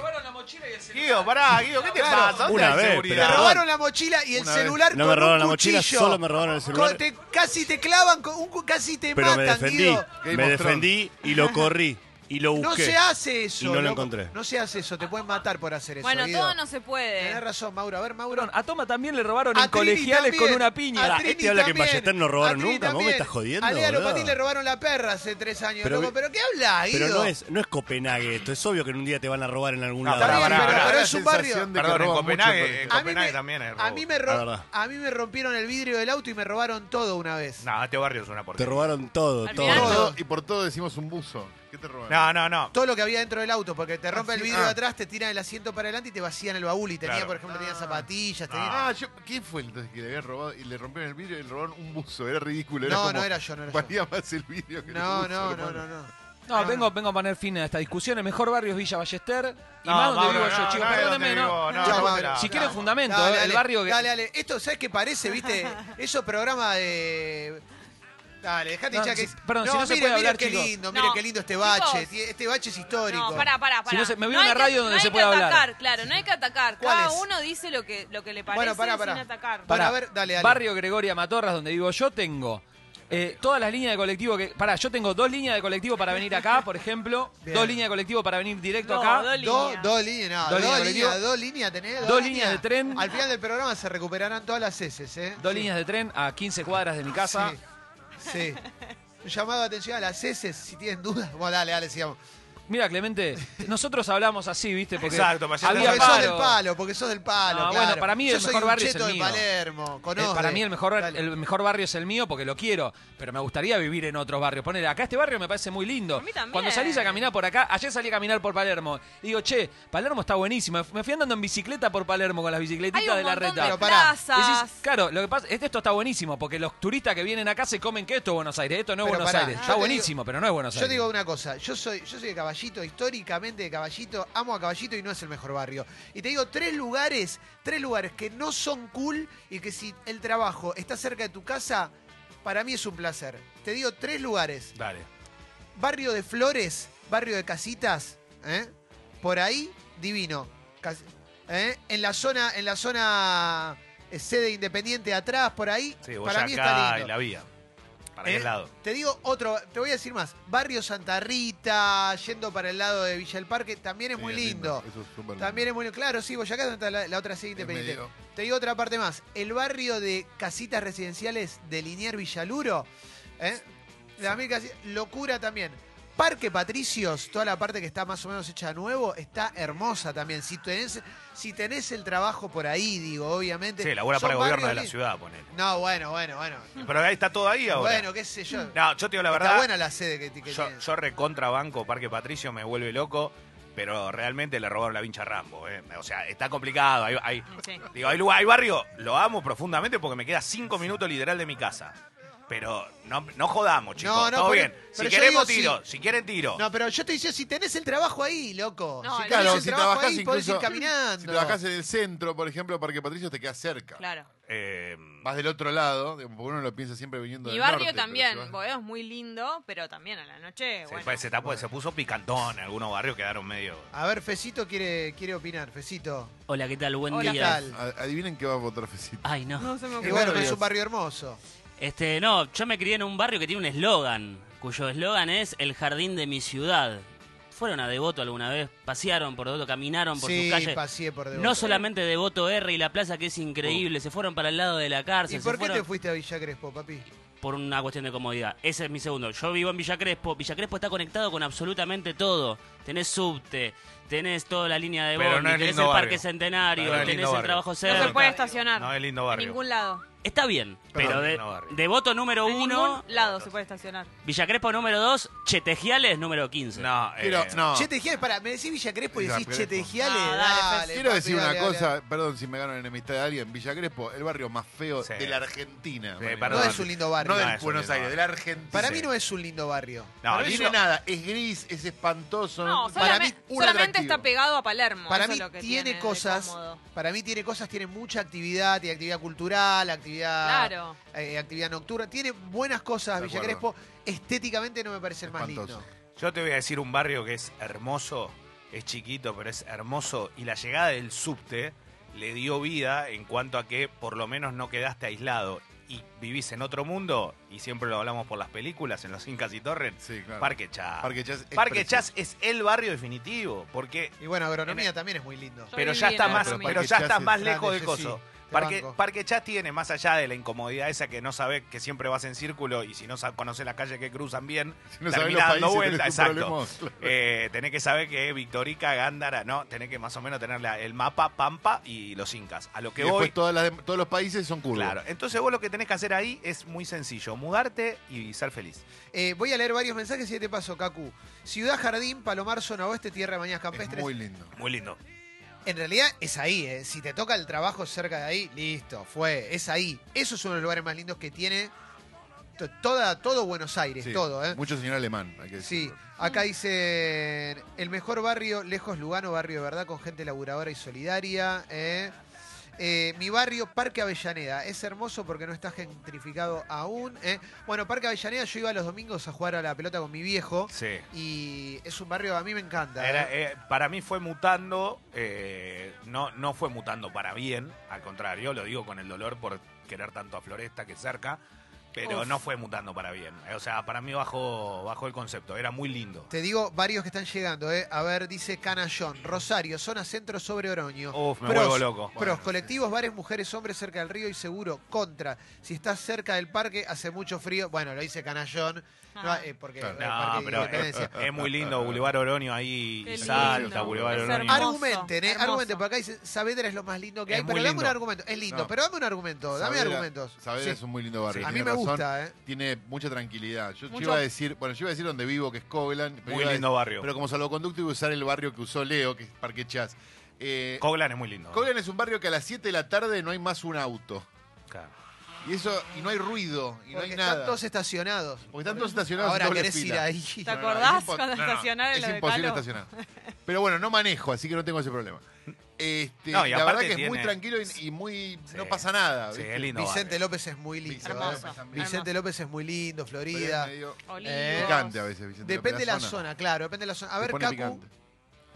Speaker 2: Guido, pará, Guido, ¿qué te
Speaker 3: Claro.
Speaker 2: pasa? ¿Dónde
Speaker 8: Una vez,
Speaker 2: hay
Speaker 3: Te
Speaker 8: pero-
Speaker 2: seguridad?
Speaker 3: robaron la mochila y el
Speaker 7: Una vez.
Speaker 3: celular
Speaker 8: No
Speaker 3: con
Speaker 8: me robaron
Speaker 3: un
Speaker 8: la mochila,
Speaker 3: cuchillo.
Speaker 8: solo me robaron el celular.
Speaker 3: Co- te- casi te clavan, con un, cu- casi te
Speaker 8: Pero me
Speaker 3: matan,
Speaker 8: defendí.
Speaker 3: Guido.
Speaker 7: Game
Speaker 8: Me
Speaker 7: of Thrones.
Speaker 8: defendí y lo corrí. Y lo
Speaker 3: No
Speaker 8: busqué.
Speaker 3: se hace eso.
Speaker 8: Y no lo
Speaker 3: loco.
Speaker 8: encontré.
Speaker 3: No se hace eso, te pueden matar por hacer eso.
Speaker 4: Bueno,
Speaker 3: Guido.
Speaker 4: todo no se
Speaker 3: Tenés
Speaker 4: puede.
Speaker 3: razón, Mauro. A ver, Mauro.
Speaker 1: Perdón, a Toma también le robaron
Speaker 3: A
Speaker 1: en
Speaker 3: Trini
Speaker 1: colegiales
Speaker 3: también,
Speaker 1: con una piña.
Speaker 3: a
Speaker 8: Pará,
Speaker 3: Trini
Speaker 8: este habla que en
Speaker 3: también,
Speaker 8: Ballester no robaron
Speaker 3: a Trini
Speaker 8: nunca, ¿vos me
Speaker 3: también.
Speaker 8: estás jodiendo,
Speaker 3: A Lea
Speaker 8: boludo?
Speaker 3: Lopatín le robaron la perra hace tres años,
Speaker 8: Pero-
Speaker 3: loco. ¿Pero qué habla, Guido?
Speaker 8: Pero no es, no es Copenhague esto. Es obvio que en un día te van a robar en algún
Speaker 2: Pará,
Speaker 8: lado.
Speaker 3: Está bien,
Speaker 2: pará,
Speaker 3: pero,
Speaker 2: pará.
Speaker 3: pero
Speaker 7: La
Speaker 3: es un
Speaker 7: sensación
Speaker 3: barrio.
Speaker 7: de que
Speaker 2: Perdón, en
Speaker 7: roban mucho
Speaker 2: Copenhague,
Speaker 7: por-
Speaker 2: en
Speaker 3: A mí
Speaker 2: Copenhague
Speaker 3: me-
Speaker 2: también es robo.
Speaker 3: A mí, me
Speaker 8: La
Speaker 3: ro-
Speaker 8: verdad.
Speaker 3: a mí me rompieron el vidrio del auto y me robaron todo una vez.
Speaker 2: No, este barrio es una
Speaker 8: Te
Speaker 2: porquería.
Speaker 8: robaron todo,
Speaker 4: Al
Speaker 8: todo.
Speaker 7: Por
Speaker 4: final
Speaker 8: todo.
Speaker 7: todo- y por todo decimos un buzo. ¿Qué te roban?
Speaker 2: No, no, no.
Speaker 3: Todo lo que había dentro del auto, porque te rompe
Speaker 7: Ah,
Speaker 3: el
Speaker 7: sí,
Speaker 3: vidrio de
Speaker 7: ah.
Speaker 3: atrás, te tiran el asiento para adelante y te vacían el baúl. Y tenía,
Speaker 2: Claro.
Speaker 3: por ejemplo, tenía zapatillas, tenía-
Speaker 7: Ah, yo, ¿qué fue entonces que le habían robado y le rompieron el vidrio y le robaron un buzo? Era ridículo. Era
Speaker 3: No,
Speaker 7: como,
Speaker 3: no era yo, no era yo.
Speaker 7: Valía más el vidrio que
Speaker 3: No,
Speaker 7: el buzo,
Speaker 3: no, no,
Speaker 7: hermano.
Speaker 3: no, no.
Speaker 1: No, vengo, vengo a poner fin a esta discusión. El mejor barrio es Villa Ballester. Y
Speaker 2: No,
Speaker 1: más donde
Speaker 2: Mauro,
Speaker 1: vivo yo,
Speaker 2: no,
Speaker 1: chicos.
Speaker 2: no es donde
Speaker 1: Perdónenme, no.
Speaker 2: vivo, no,
Speaker 1: Yo-
Speaker 2: no,
Speaker 3: Mauro,
Speaker 2: no.
Speaker 1: si quiere fundamento,
Speaker 3: Dale,
Speaker 1: eh, el
Speaker 3: dale,
Speaker 1: barrio que.
Speaker 3: Dale, dale. Esto, ¿sabes qué parece, viste? Eso programa de... Dale, dejate
Speaker 1: No,
Speaker 3: ya que...
Speaker 1: si- perdón, si no se
Speaker 3: mire,
Speaker 1: puede
Speaker 3: mire
Speaker 1: hablar,
Speaker 3: qué
Speaker 1: chicos.
Speaker 3: lindo,
Speaker 4: No,
Speaker 3: mire qué lindo este bache.
Speaker 4: chicos.
Speaker 3: Tie- Este bache es histórico.
Speaker 4: No, pará, pará, pará.
Speaker 1: Si no se- me voy
Speaker 4: No
Speaker 1: a una
Speaker 4: hay que-
Speaker 1: radio donde
Speaker 4: no
Speaker 1: se
Speaker 4: hay
Speaker 1: pueda
Speaker 4: que
Speaker 1: hablar.
Speaker 4: atacar, claro, no hay que atacar.
Speaker 3: ¿Cuál
Speaker 4: Cada
Speaker 3: es?
Speaker 4: uno dice lo que, lo que le parece
Speaker 3: Bueno, pará, pará.
Speaker 4: sin atacar.
Speaker 3: Bueno,
Speaker 1: Pará.
Speaker 3: a ver, dale, dale.
Speaker 1: Barrio Gregoria Matorras, donde vivo yo, tengo eh, todas las líneas de colectivo que. Pará, yo tengo dos líneas de colectivo para venir acá, por ejemplo.
Speaker 3: Bien.
Speaker 1: Dos líneas de colectivo para venir directo
Speaker 4: No,
Speaker 1: acá.
Speaker 4: dos líneas.
Speaker 3: Do- dos líneas,
Speaker 1: Dos líneas
Speaker 3: no, dos
Speaker 1: de
Speaker 3: líneas,
Speaker 1: colectivo.
Speaker 3: dos líneas tenés.
Speaker 1: Dos líneas de tren.
Speaker 3: Al final del programa se recuperarán todas las heces, ¿eh?
Speaker 1: Dos
Speaker 3: Sí.
Speaker 1: líneas de tren a 15 cuadras de mi casa.
Speaker 3: Sí. Sí. Un llamado de atención a las heces, si tienen dudas. Bueno, dale, dale, sigamos.
Speaker 1: Mira, Clemente, nosotros hablamos así, ¿viste? Porque
Speaker 2: Exacto, para llegar
Speaker 1: había
Speaker 2: a-
Speaker 3: porque sos del
Speaker 1: palo.
Speaker 3: palo, porque sos del palo.
Speaker 1: No,
Speaker 3: claro.
Speaker 1: bueno, para mí
Speaker 3: Yo
Speaker 1: el
Speaker 3: soy
Speaker 1: mejor
Speaker 3: un
Speaker 1: barrio es
Speaker 3: cheto
Speaker 1: el
Speaker 3: de
Speaker 1: mío.
Speaker 3: Palermo,
Speaker 1: Eh,
Speaker 3: conozco.
Speaker 1: para mí el mejor, el mejor barrio es el mío porque lo quiero, pero me gustaría vivir en otros barrios. Ponele, acá este barrio me parece muy lindo.
Speaker 4: A mí también.
Speaker 1: Cuando salís a caminar por acá, ayer salí a caminar por Palermo. Y digo, che, Palermo está buenísimo. Me fui andando en bicicleta por Palermo con las
Speaker 4: Hay
Speaker 1: bicicletitas
Speaker 4: un
Speaker 1: de la
Speaker 4: montón
Speaker 1: reta.
Speaker 4: de
Speaker 3: Pero pará,
Speaker 1: Y decís,
Speaker 4: plazas.
Speaker 1: claro, lo que pasa es que esto está buenísimo porque los turistas que vienen acá se comen que esto es Buenos Aires, esto no es
Speaker 3: Pero
Speaker 1: Buenos
Speaker 3: pará,
Speaker 1: Aires.
Speaker 3: yo
Speaker 1: Está
Speaker 3: te
Speaker 1: buenísimo, pero no es Buenos
Speaker 3: Yo
Speaker 1: Aires.
Speaker 3: te digo una cosa, yo soy, yo soy de Caballito, históricamente de Caballito, amo a Caballito y no es el mejor barrio. Y te digo tres lugares, tres lugares que no son cool y que si el trabajo está cerca de tu casa, para mí es un placer. Te digo tres lugares.
Speaker 2: Dale.
Speaker 3: Barrio de Flores, barrio de Casitas, ¿eh? por ahí, divino. Cas- ¿eh? En la zona, en la zona eh, sede independiente de atrás, por ahí,
Speaker 2: Sí,
Speaker 3: para
Speaker 2: Boyacá
Speaker 3: mí está
Speaker 2: y
Speaker 3: lindo.
Speaker 2: la vía. Para
Speaker 3: ¿Eh?
Speaker 2: aquel lado.
Speaker 3: Te digo otro, te voy a decir más. Barrio Santa Rita, yendo para el lado de Villa del Parque, también es
Speaker 7: Sí,
Speaker 3: muy
Speaker 7: es
Speaker 3: lindo.
Speaker 7: Eso es súper lindo.
Speaker 3: También es muy Claro, sí, Boyacá es donde está la, la otra sede independiente.
Speaker 7: medio.
Speaker 3: Te digo otra parte más. El barrio de casitas residenciales de Linier Villaluro. ¿eh? La mil casi- locura también. Parque Patricios, toda la parte que está más o menos hecha de nuevo, está hermosa también. Si tenés, si tenés el trabajo por ahí, digo, obviamente.
Speaker 2: Sí, labura
Speaker 3: Son
Speaker 2: para el gobierno
Speaker 3: barrios
Speaker 2: de la
Speaker 3: lin-
Speaker 2: ciudad, ponele.
Speaker 3: No, bueno, bueno, bueno.
Speaker 2: Pero ahí está todo ahí ahora.
Speaker 3: Bueno, qué sé yo.
Speaker 2: no, yo te digo la verdad.
Speaker 3: Está buena la sede que, que
Speaker 2: yo,
Speaker 3: tiene.
Speaker 2: yo recontra banco Parque Patricio, me vuelve loco, pero realmente le robaron la vincha a Rambo. eh. O sea, está complicado. Hay, hay-
Speaker 4: Sí.
Speaker 2: digo, hay, lugar, hay barrio, lo amo profundamente porque me queda cinco minutos literal de mi casa. Pero no, no jodamos, chicos.
Speaker 3: No, no,
Speaker 2: Todo
Speaker 3: pero-
Speaker 2: bien.
Speaker 3: pero
Speaker 2: Si
Speaker 3: yo
Speaker 2: queremos
Speaker 3: digo
Speaker 2: tiro, si quieren tiro.
Speaker 3: No, pero yo te diciendo, si tenés el trabajo ahí, loco.
Speaker 4: No,
Speaker 3: si
Speaker 7: Claro,
Speaker 3: tenés el
Speaker 7: si
Speaker 3: trabajo
Speaker 7: trabajás
Speaker 3: ahí, podés ir
Speaker 7: incluso-
Speaker 3: caminando.
Speaker 7: Si trabajás en el centro, por ejemplo, Parque Patricios te queda cerca.
Speaker 4: Claro.
Speaker 2: Eh,
Speaker 7: Vas del otro lado, digamos, porque uno lo piensa siempre viniendo
Speaker 4: Mi
Speaker 7: del
Speaker 4: barrio
Speaker 7: norte, pero
Speaker 4: también.
Speaker 7: si vas-
Speaker 4: Boedo es muy lindo, pero también a la noche.
Speaker 2: se,
Speaker 4: bueno.
Speaker 2: se tapó- se puso picantón. Algunos barrios quedaron medio.
Speaker 3: A ver, Fecito quiere, quiere opinar. Fecito,
Speaker 9: Hola, ¿qué tal? Buen
Speaker 4: Hola,
Speaker 3: ¿qué
Speaker 9: día.
Speaker 3: tal?
Speaker 7: A- Adivinen qué va a votar Fecito.
Speaker 9: Ay, no.
Speaker 4: No se me
Speaker 3: Y
Speaker 4: ocurre.
Speaker 3: bueno, pero
Speaker 9: barrio.
Speaker 3: es un barrio hermoso.
Speaker 9: Este, no, yo me crié en un barrio que tiene un eslogan, cuyo eslogan es el jardín de mi ciudad. Fueron a Devoto alguna vez, pasearon por Devoto, caminaron por
Speaker 3: sí,
Speaker 9: sus calles.
Speaker 3: pasé por eh. debajo.
Speaker 9: No solamente Devoto R y la plaza que es increíble, se fueron para el lado de la
Speaker 3: ¿Y
Speaker 9: cárcel,
Speaker 3: por qué
Speaker 9: se fueron
Speaker 3: te fuiste a Villa Crespo, papi?
Speaker 9: por una cuestión de comodidad. Ese es mi segundo. Yo vivo en Villa Crespo, Villa Crespo está conectado con absolutamente todo. Tenés subte, tenés toda la línea de
Speaker 2: Pero
Speaker 9: Bondi,
Speaker 2: no es
Speaker 9: tenés el
Speaker 2: lindo
Speaker 9: Parque
Speaker 2: barrio.
Speaker 9: Centenario,
Speaker 2: Pero no es lindo
Speaker 9: tenés el
Speaker 2: barrio.
Speaker 9: trabajo
Speaker 4: No
Speaker 9: cerca.
Speaker 4: se puede estacionar.
Speaker 2: No, es lindo
Speaker 4: En
Speaker 2: barrio.
Speaker 4: ningún lado.
Speaker 9: Está bien, pero de,
Speaker 2: no, barrio.
Speaker 9: de voto número
Speaker 4: En
Speaker 9: uno,
Speaker 4: ningún lado se puede estacionar.
Speaker 9: Villacrespo número 2, Chetejiales número 15.
Speaker 2: No, eh,
Speaker 7: Quiero, no,
Speaker 3: Che, Tejiales, pará, me decís Villa Crespo y
Speaker 7: Villa
Speaker 3: decís Che
Speaker 7: Crespo.
Speaker 3: Tejiales.
Speaker 4: Ah, dale,
Speaker 3: dale,
Speaker 7: quiero
Speaker 3: papi,
Speaker 7: decir una
Speaker 3: dale,
Speaker 7: cosa,
Speaker 3: dale.
Speaker 7: perdón si me gano enemistad de alguien. Villa Crespo, el barrio más feo
Speaker 2: Sí.
Speaker 7: de la Argentina.
Speaker 2: Sí,
Speaker 7: Mariano.
Speaker 2: perdón.
Speaker 3: No es un lindo barrio.
Speaker 7: Eh, No del
Speaker 2: No es un
Speaker 7: Buenos
Speaker 2: lindo
Speaker 7: Aires, de la Argentina.
Speaker 3: Para mí no es un lindo barrio.
Speaker 2: No,
Speaker 7: para mí no
Speaker 2: lindo-
Speaker 7: es nada, es gris, es espantoso.
Speaker 4: No,
Speaker 7: para
Speaker 4: solamente,
Speaker 7: mí, un
Speaker 4: solamente
Speaker 7: atractivo.
Speaker 4: está pegado a Palermo.
Speaker 3: Para
Speaker 4: eso
Speaker 3: mí
Speaker 4: es lo que
Speaker 3: tiene
Speaker 4: de
Speaker 3: cosas-
Speaker 4: cómodo.
Speaker 3: Para mí tiene cosas, tiene mucha actividad, tiene actividad cultural, actividad
Speaker 4: Claro.
Speaker 3: eh, actividad nocturna. Tiene buenas cosas
Speaker 7: De
Speaker 3: Villa
Speaker 7: acuerdo.
Speaker 3: Crespo. Estéticamente no me parece el más lindo.
Speaker 7: Espantoso.
Speaker 2: Yo te voy a decir un barrio que es hermoso, es chiquito, pero es hermoso. Y la llegada del subte le dio vida en cuanto a que por lo menos no quedaste aislado y vivís en otro mundo. Y siempre lo hablamos por las películas, en los Incas y Torres.
Speaker 7: Sí, claro.
Speaker 2: Parque Chas.
Speaker 7: Parque Chas es
Speaker 2: Parque
Speaker 7: precioso.
Speaker 2: Chas es el barrio definitivo, porque
Speaker 3: Y bueno, agronomía
Speaker 2: En el-
Speaker 3: también es muy lindo.
Speaker 4: Yo
Speaker 2: pero
Speaker 4: viví
Speaker 2: ya
Speaker 4: en
Speaker 2: está
Speaker 4: la
Speaker 2: más,
Speaker 4: Agronomía.
Speaker 2: pero
Speaker 7: Parque
Speaker 2: ya
Speaker 7: Chas
Speaker 2: estás
Speaker 7: es
Speaker 2: más
Speaker 3: grande,
Speaker 2: lejos de
Speaker 3: ese
Speaker 2: coso.
Speaker 3: sí, te
Speaker 2: Parque,
Speaker 3: banco.
Speaker 2: Parque Chas tiene, más allá de la incomodidad esa que no sabes que siempre vas en círculo y si no sa- conoces las calles que cruzan bien,
Speaker 7: Si no sabés los
Speaker 2: termina dando
Speaker 7: países,
Speaker 2: vuelta.
Speaker 7: tenés un
Speaker 2: Exacto.
Speaker 7: problemón.
Speaker 2: Eh, tenés que saber que Victorica, Gándara, no, tenés que más o menos tener la- el mapa, Pampa y los Incas. A lo
Speaker 7: Y
Speaker 2: que
Speaker 7: después
Speaker 2: voy.
Speaker 7: todas las dem- todos los países son curvas.
Speaker 2: Claro. Entonces vos lo que tenés que hacer ahí es muy sencillo, mudarte y ser feliz.
Speaker 3: Eh, voy a leer varios mensajes y te paso, Cacu. Ciudad Jardín, Palomar, Zona Oeste, Tierra de Mañanas
Speaker 7: Es
Speaker 3: Campestres.
Speaker 7: muy lindo.
Speaker 2: Muy lindo.
Speaker 3: En realidad es ahí, eh. Si te toca el trabajo cerca de ahí, listo, fue. Es ahí. Eso es uno de los lugares más lindos que tiene to- toda, todo Buenos Aires,
Speaker 7: Sí,
Speaker 3: todo, ¿eh?
Speaker 7: Mucho señor alemán, hay que
Speaker 3: Sí,
Speaker 7: decirlo.
Speaker 3: acá dicen el mejor barrio, lejos Lugano, barrio de verdad, con gente laburadora y solidaria. ¿eh? Eh, mi barrio, Parque Avellaneda, es hermoso porque no está gentrificado aún. ¿eh? Bueno, Parque Avellaneda, yo iba los domingos a jugar a la pelota con mi viejo
Speaker 2: Sí.
Speaker 3: y es un barrio, a mí me encanta.
Speaker 2: Era,
Speaker 3: ¿eh?
Speaker 2: eh, para mí fue mutando, eh, no, no fue mutando para bien, al contrario, lo digo con el dolor por querer tanto a Floresta que cerca, Pero
Speaker 4: Uf.
Speaker 2: no fue mutando para bien. O sea, para mí bajó, bajó el concepto. Era muy lindo.
Speaker 3: Te digo varios que están llegando, ¿eh? A ver, dice Canallón, Rosario, zona centro sobre Oroño.
Speaker 2: Uf, me
Speaker 3: Pros,
Speaker 2: vuelvo loco.
Speaker 3: Pros, colectivos, bares, mujeres, hombres cerca del río y seguro. Contra, si estás cerca del parque, hace mucho frío. Bueno, lo dice Canallón,
Speaker 4: Ah.
Speaker 3: no, eh, porque
Speaker 7: No,
Speaker 3: el
Speaker 2: No,
Speaker 3: parque de
Speaker 2: pero es,
Speaker 3: Independencia.
Speaker 2: es muy lindo. Boulevard Oroñio ahí,
Speaker 4: Qué
Speaker 2: y
Speaker 4: lindo.
Speaker 2: Salta, Boulevard
Speaker 4: Es
Speaker 2: Oroño.
Speaker 4: hermoso.
Speaker 3: Argumenten, ¿eh?
Speaker 4: hermoso.
Speaker 3: Argumenten, porque acá dicen, Saavedra es lo más lindo que
Speaker 2: Es
Speaker 3: hay,
Speaker 2: muy
Speaker 3: pero dame un
Speaker 2: lindo.
Speaker 3: argumento. Es lindo,
Speaker 7: No.
Speaker 3: pero dame un argumento, dame
Speaker 7: Saavedra-
Speaker 3: argumentos.
Speaker 7: Saavedra
Speaker 3: Sí.
Speaker 7: es un muy lindo barrio.
Speaker 3: A mí
Speaker 7: tiene
Speaker 3: me
Speaker 7: razón,
Speaker 3: gusta, ¿eh?
Speaker 7: Tiene mucha tranquilidad. Yo te
Speaker 4: Mucho-
Speaker 7: iba a decir, bueno, yo iba a decir donde vivo, que es Coglan. pero
Speaker 2: Muy
Speaker 7: iba a-
Speaker 2: lindo barrio.
Speaker 7: Pero como salvoconducto iba a usar el barrio que usó Leo, que es Parque Chas. Eh,
Speaker 2: Coglan es muy lindo.
Speaker 7: Coglan es un barrio que a las 7 de la tarde no hay más un auto.
Speaker 2: Claro.
Speaker 7: Y eso, y no hay ruido, y no
Speaker 3: Porque
Speaker 7: hay
Speaker 3: están
Speaker 7: nada.
Speaker 3: todos estacionados.
Speaker 7: Porque están todos estacionados
Speaker 3: Ahora
Speaker 7: en doble
Speaker 3: querés ir
Speaker 7: fila.
Speaker 3: ahí.
Speaker 4: ¿Te
Speaker 7: No, no,
Speaker 4: acordás
Speaker 7: es impo-
Speaker 4: cuando
Speaker 7: no, no,
Speaker 4: estacionar en
Speaker 7: Es
Speaker 4: la de
Speaker 7: imposible
Speaker 4: Palo?
Speaker 7: estacionar. Pero bueno, no manejo, así que no tengo ese problema. Este,
Speaker 2: No, y
Speaker 7: la
Speaker 2: aparte
Speaker 7: verdad que es muy
Speaker 2: tiene-
Speaker 7: tranquilo y, y muy.
Speaker 2: Sí.
Speaker 7: No pasa nada.
Speaker 2: Sí,
Speaker 7: ¿viste?
Speaker 2: es lindo.
Speaker 3: Vicente
Speaker 2: barrio.
Speaker 3: López es muy lindo.
Speaker 7: Vicente
Speaker 3: ¿eh?
Speaker 4: Hermoso.
Speaker 7: López también.
Speaker 3: Vicente López es muy
Speaker 7: Pero
Speaker 3: lindo,
Speaker 7: es
Speaker 3: Florida.
Speaker 7: medio
Speaker 4: Olivos.
Speaker 3: Eh,
Speaker 7: Picante a veces, Vicente. López,
Speaker 3: Depende de la zona. claro, depende de la zona. A
Speaker 7: Se
Speaker 3: ver,
Speaker 7: pone
Speaker 3: Cacu,
Speaker 7: picante.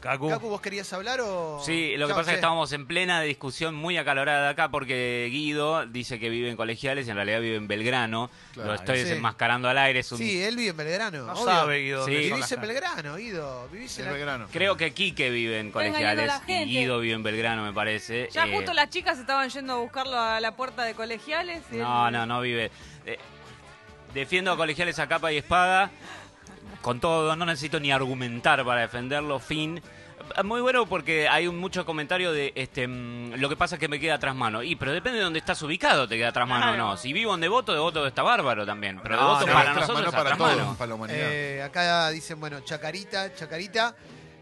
Speaker 2: Cacu.
Speaker 3: Cacu, ¿vos querías hablar o...?
Speaker 10: Sí, lo que
Speaker 3: Chao,
Speaker 10: pasa es que
Speaker 3: che.
Speaker 10: estábamos en plena discusión muy acalorada acá porque Guido dice que vive en Colegiales y en realidad vive en Belgrano.
Speaker 7: Claro.
Speaker 10: lo estoy
Speaker 3: Sí.
Speaker 10: desenmascarando al aire. es un-
Speaker 3: Sí, él vive en Belgrano.
Speaker 2: No
Speaker 3: obvio.
Speaker 2: sabe, Guido.
Speaker 10: Sí.
Speaker 2: dónde son
Speaker 3: Vivís
Speaker 2: las
Speaker 3: en
Speaker 2: casas.
Speaker 3: Belgrano, Guido. Vivís
Speaker 7: Es
Speaker 3: en la-
Speaker 7: Belgrano.
Speaker 10: Creo que Quique vive en
Speaker 4: Estás engañando a
Speaker 10: Colegiales
Speaker 4: la
Speaker 10: y
Speaker 4: gente.
Speaker 10: Guido vive en Belgrano, me parece.
Speaker 4: Ya
Speaker 10: Eh,
Speaker 4: justo las chicas estaban yendo a buscarlo a la puerta de colegiales. y
Speaker 10: No,
Speaker 4: él-
Speaker 10: no, no vive. Eh, defiendo a Colegiales a capa y espada. Con todo, no necesito ni argumentar para defenderlo, fin. Muy bueno porque hay un- mucho comentario de este mm, lo que pasa es que me queda tras mano. Y pero depende de dónde estás ubicado, te queda tras mano o no.
Speaker 4: Claro.
Speaker 10: Si vivo en Devoto, Devoto está bárbaro también. Pero
Speaker 2: No,
Speaker 10: Devoto
Speaker 2: no,
Speaker 10: para
Speaker 7: Tras
Speaker 10: nosotros
Speaker 7: mano
Speaker 10: está
Speaker 7: para
Speaker 10: tras
Speaker 7: todos,
Speaker 10: mano.
Speaker 7: para la humanidad.
Speaker 3: Eh, acá dicen, bueno, Chacarita, Chacarita.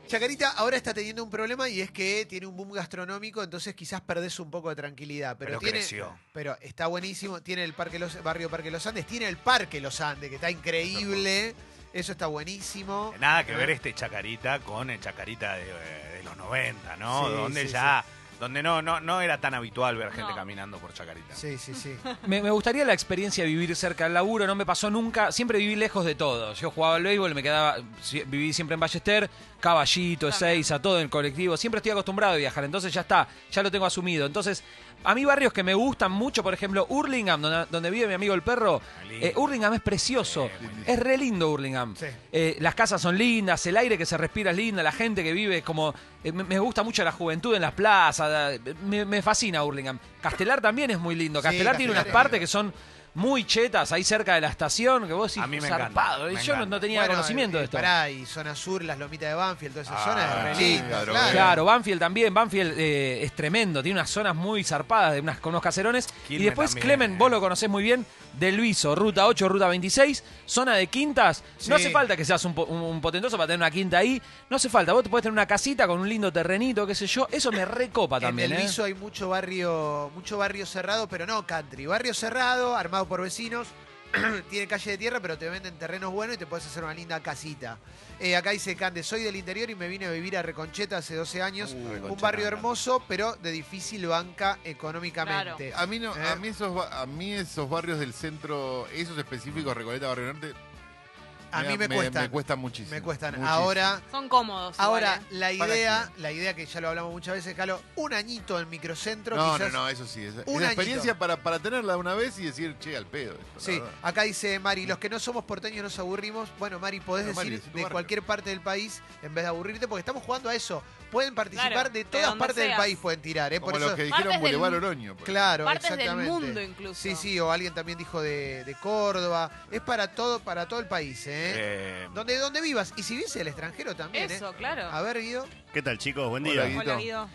Speaker 3: Chacarita ahora está teniendo un problema y es que tiene un boom gastronómico, entonces quizás perdés un poco de tranquilidad. Pero,
Speaker 2: Pero
Speaker 3: tiene,
Speaker 2: creció.
Speaker 3: Pero está buenísimo. Tiene el parque los, barrio Parque Los Andes, tiene el Parque Los Andes, que está increíble. Eso está buenísimo.
Speaker 2: Nada que ver este Chacarita con el Chacarita de, eh, de los 90, ¿no?
Speaker 3: Sí,
Speaker 2: donde
Speaker 3: sí,
Speaker 2: ya, donde no, no, no era tan habitual ver gente
Speaker 4: No.
Speaker 2: caminando por Chacarita.
Speaker 3: Sí, sí, sí.
Speaker 1: Me, me gustaría la experiencia de vivir cerca del laburo, no me pasó nunca, siempre viví lejos de todo. Yo jugaba al béisbol, me quedaba, si- viví siempre en Ballester, Caballito,
Speaker 4: También.
Speaker 1: Ezeiza, todo en el colectivo, siempre estoy acostumbrado a viajar, entonces ya está, ya lo tengo asumido. Entonces, a mí barrios que me gustan mucho, por ejemplo, Hurlingham, donde, donde vive mi amigo el perro,
Speaker 2: Lindo.
Speaker 1: eh, Hurlingham es precioso, es re lindo Hurlingham.
Speaker 3: Sí.
Speaker 1: Eh, las casas son lindas, el aire que se respira es linda, la gente que vive es como... eh, me- me gusta mucho la juventud en las plazas, da- me, me fascina Hurlingham. Castelar también es muy lindo,
Speaker 3: Sí,
Speaker 1: Castelar tiene unas
Speaker 3: Castelar es
Speaker 1: partes
Speaker 3: lindo.
Speaker 1: que son muy chetas ahí cerca de la estación, que vos decís,
Speaker 2: A mí me
Speaker 1: zarpado.
Speaker 2: encanta, me
Speaker 1: yo no- no,
Speaker 2: encanta.
Speaker 1: tenía
Speaker 3: Bueno,
Speaker 1: conocimiento
Speaker 3: eh,
Speaker 1: de esto.
Speaker 3: Pará, y zona sur, las lomitas de Banfield, toda esa
Speaker 2: Ah,
Speaker 3: zona es re
Speaker 7: sí,
Speaker 3: linda,
Speaker 7: claro,
Speaker 3: claro.
Speaker 1: Claro, Banfield también, Banfield eh, es tremendo, tiene unas zonas muy zarpadas, de unas, con unos caserones. y
Speaker 2: Quilmes
Speaker 1: después,
Speaker 2: también,
Speaker 1: Clemen,
Speaker 2: eh.
Speaker 1: vos lo conocés muy bien, de Luiso, ruta 8, ruta 26, zona de quintas. No
Speaker 3: Sí.
Speaker 1: hace falta que seas un, po- un- un potentoso para tener una quinta ahí, no hace falta. Vos te podés tener una casita con un lindo terrenito, qué sé yo, eso me recopa también.
Speaker 3: en el
Speaker 1: ¿eh?
Speaker 3: Viso hay mucho barrio, mucho barrio cerrado, pero no country. Barrio cerrado, armado por vecinos, tiene calle de tierra, pero te venden terrenos buenos y te puedes hacer una linda casita. Eh, acá dice Cande, soy del interior y me vine a vivir a Reconcheta hace 12 años.
Speaker 7: Uh,
Speaker 3: un barrio hermoso, pero de difícil banca económicamente.
Speaker 7: A mí, no,
Speaker 3: Eh.
Speaker 7: a, mí esos, ba- a mí esos barrios del centro, esos específicos, Recoleta, Barrio Norte,
Speaker 3: A mí me, cuestan.
Speaker 7: Me cuestan muchísimo.
Speaker 3: me cuestan.
Speaker 7: muchísimo.
Speaker 3: Ahora,
Speaker 4: Son cómodos.
Speaker 3: Ah, ahora
Speaker 4: igual,
Speaker 1: ¿eh?
Speaker 4: ¿eh?
Speaker 3: la
Speaker 7: Para
Speaker 3: idea, la idea que ya lo hablamos muchas veces, Calo, un añito en microcentro,
Speaker 7: No, no,
Speaker 3: quizás
Speaker 7: no, eso sí. Es, es
Speaker 3: un
Speaker 7: una
Speaker 3: añito.
Speaker 7: experiencia para, para tenerla una vez y decir, che, al pedo. esto, la
Speaker 3: Sí, Ah,
Speaker 7: verdad.
Speaker 3: acá dice Mari, los que no somos porteños nos aburrimos. Bueno, Mari, podés
Speaker 7: Bueno, Mari,
Speaker 3: decir
Speaker 7: es tu
Speaker 3: de
Speaker 7: barrio.
Speaker 3: cualquier parte del país en vez de aburrirte, porque estamos jugando a eso. Pueden participar
Speaker 4: Claro,
Speaker 3: de
Speaker 4: de
Speaker 3: todas
Speaker 4: donde
Speaker 3: partes del
Speaker 4: seas.
Speaker 3: país, pueden tirar, ¿eh?
Speaker 7: Como
Speaker 3: Por
Speaker 7: los
Speaker 3: eso,
Speaker 7: que
Speaker 4: Partes
Speaker 7: dijeron
Speaker 4: del-
Speaker 7: Boulevard Oroño. por
Speaker 3: claro,
Speaker 4: Partes del
Speaker 3: exactamente.
Speaker 4: mundo incluso.
Speaker 3: Sí, sí, o alguien también dijo de, de Córdoba. Es para todo, para todo el país, ¿eh?
Speaker 2: Eh,
Speaker 3: Donde, donde vivas. Y si vives en el extranjero también,
Speaker 4: Eso,
Speaker 3: ¿eh?
Speaker 4: claro.
Speaker 3: A ver, Guido.
Speaker 8: ¿Qué tal, chicos? Buen
Speaker 7: Hola,
Speaker 8: día.
Speaker 7: Guido.
Speaker 4: Hola, Guido.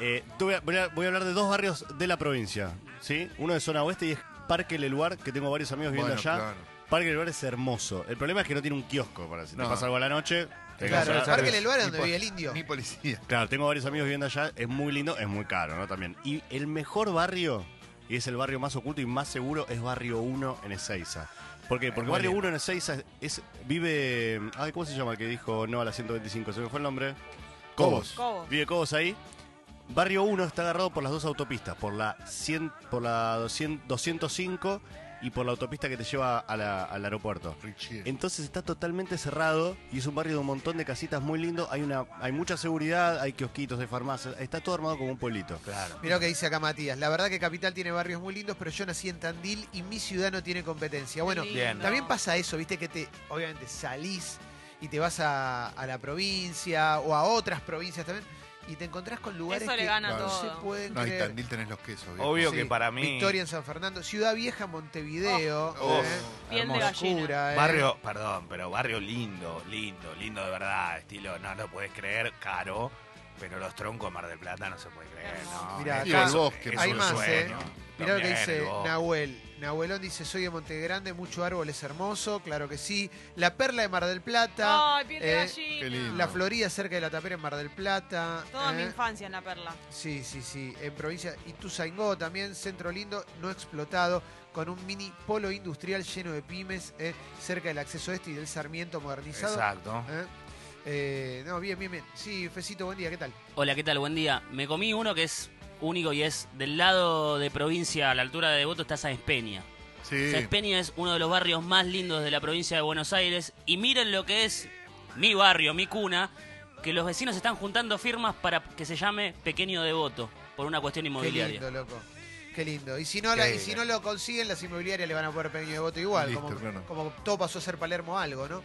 Speaker 8: Eh, tú voy, a, voy a- voy a hablar de dos barrios de la provincia, ¿sí? Uno de zona oeste y es Parque Leluar, que tengo varios amigos viviendo
Speaker 7: Bueno,
Speaker 8: allá.
Speaker 7: claro.
Speaker 8: Parque Leluar es hermoso. El problema es que no tiene un kiosco para si te
Speaker 7: No.
Speaker 8: pasa algo a la noche. te vas
Speaker 3: Claro,
Speaker 8: a-
Speaker 3: el Parque
Speaker 7: Ni
Speaker 3: Leluar es donde
Speaker 7: po-
Speaker 3: vive el indio.
Speaker 7: Ni policía.
Speaker 8: Claro, tengo varios amigos viviendo allá, es muy lindo, es muy caro, ¿no? También. Y el mejor barrio, y es el barrio más oculto y más seguro, es Barrio 1 en Ezeiza. ¿Por
Speaker 3: Eh,
Speaker 8: qué? Porque Barrio 1 en Ezeiza es, es- vive... Ay, ¿cómo se llama el que dijo no a la 125? ¿Se me fue el nombre? Cobos.
Speaker 4: Cobos.
Speaker 8: Vive Cobos ahí. Barrio 1 está agarrado por las dos autopistas, por la, 100, por la 200 205 y por la autopista que te lleva a la- al aeropuerto. Entonces está totalmente cerrado y es un barrio de un montón de casitas muy lindo. Hay una, hay mucha seguridad, hay kiosquitos, hay farmacias, está todo armado como un pueblito.
Speaker 2: Claro.
Speaker 3: Mirá lo que dice acá Matías. La verdad que Capital tiene barrios muy lindos, pero yo nací en Tandil y mi ciudad no tiene competencia. Bueno,
Speaker 4: Lindo.
Speaker 2: Bien.
Speaker 3: también pasa eso, viste, que te, obviamente, salís y te vas a, a la provincia o a otras provincias también y te encontrás con lugares
Speaker 4: Eso le
Speaker 3: que
Speaker 4: gana
Speaker 3: no
Speaker 4: todo.
Speaker 3: se pueden
Speaker 7: No, y
Speaker 3: creer.
Speaker 7: Tandil tenés los quesos. viejo.
Speaker 2: Obvio
Speaker 3: Sí,
Speaker 2: que para mí.
Speaker 3: Victoria en San Fernando, Ciudad Vieja, Montevideo.
Speaker 7: Oh,
Speaker 3: ¿eh?
Speaker 4: Piel de gallina.
Speaker 3: Hermosura, ¿eh?
Speaker 2: Barrio, perdón, pero barrio lindo, lindo, lindo de verdad. Estilo, no lo puedes creer, caro. Pero los troncos de Mar del Plata no se puede creer, ¿no?
Speaker 3: Mirá,
Speaker 2: Es
Speaker 3: Y el
Speaker 2: un-
Speaker 7: bosque,
Speaker 2: es
Speaker 7: hay
Speaker 2: un
Speaker 7: más,
Speaker 2: sueño.
Speaker 3: ¿eh? Mirá lo que
Speaker 2: También,
Speaker 3: dice
Speaker 2: el bosque.
Speaker 3: Nahuel. Nahuelón dice, soy de Montegrande, mucho árbol es hermoso, claro que sí. La Perla de Mar del Plata.
Speaker 4: Ay, piel de
Speaker 3: eh,
Speaker 4: gallina.
Speaker 7: qué lindo.
Speaker 3: La Florida cerca de la tapera en Mar del Plata.
Speaker 4: Toda
Speaker 3: ¿eh?
Speaker 4: mi infancia en la perla.
Speaker 3: Sí, sí, sí. En provincia Ituzaingó también, centro lindo, no explotado, con un mini polo industrial lleno de pymes, ¿eh? cerca del acceso este y del Sarmiento modernizado.
Speaker 2: Exacto.
Speaker 3: ¿eh? Eh, no, bien, bien, bien. Sí, Fecito, buen día, ¿qué tal?
Speaker 9: Hola, ¿qué tal? Buen día. Me comí uno que es único y es del lado de provincia, a la altura de Devoto, está Sáenz Peña.
Speaker 7: Sí.
Speaker 9: Sáenz Peña es uno de los barrios más lindos de la provincia de Buenos Aires. Y miren lo que es mi barrio, mi cuna, que los vecinos están juntando firmas para que se llame Pequeño Devoto, por una cuestión
Speaker 3: Qué
Speaker 9: inmobiliaria.
Speaker 3: lindo, loco. Qué lindo. Y si no, la- y si no lo consiguen, las inmobiliarias le van a poner pequeño de voto igual.
Speaker 7: Listo,
Speaker 3: como,
Speaker 7: claro.
Speaker 3: como todo pasó a ser Palermo algo, ¿no?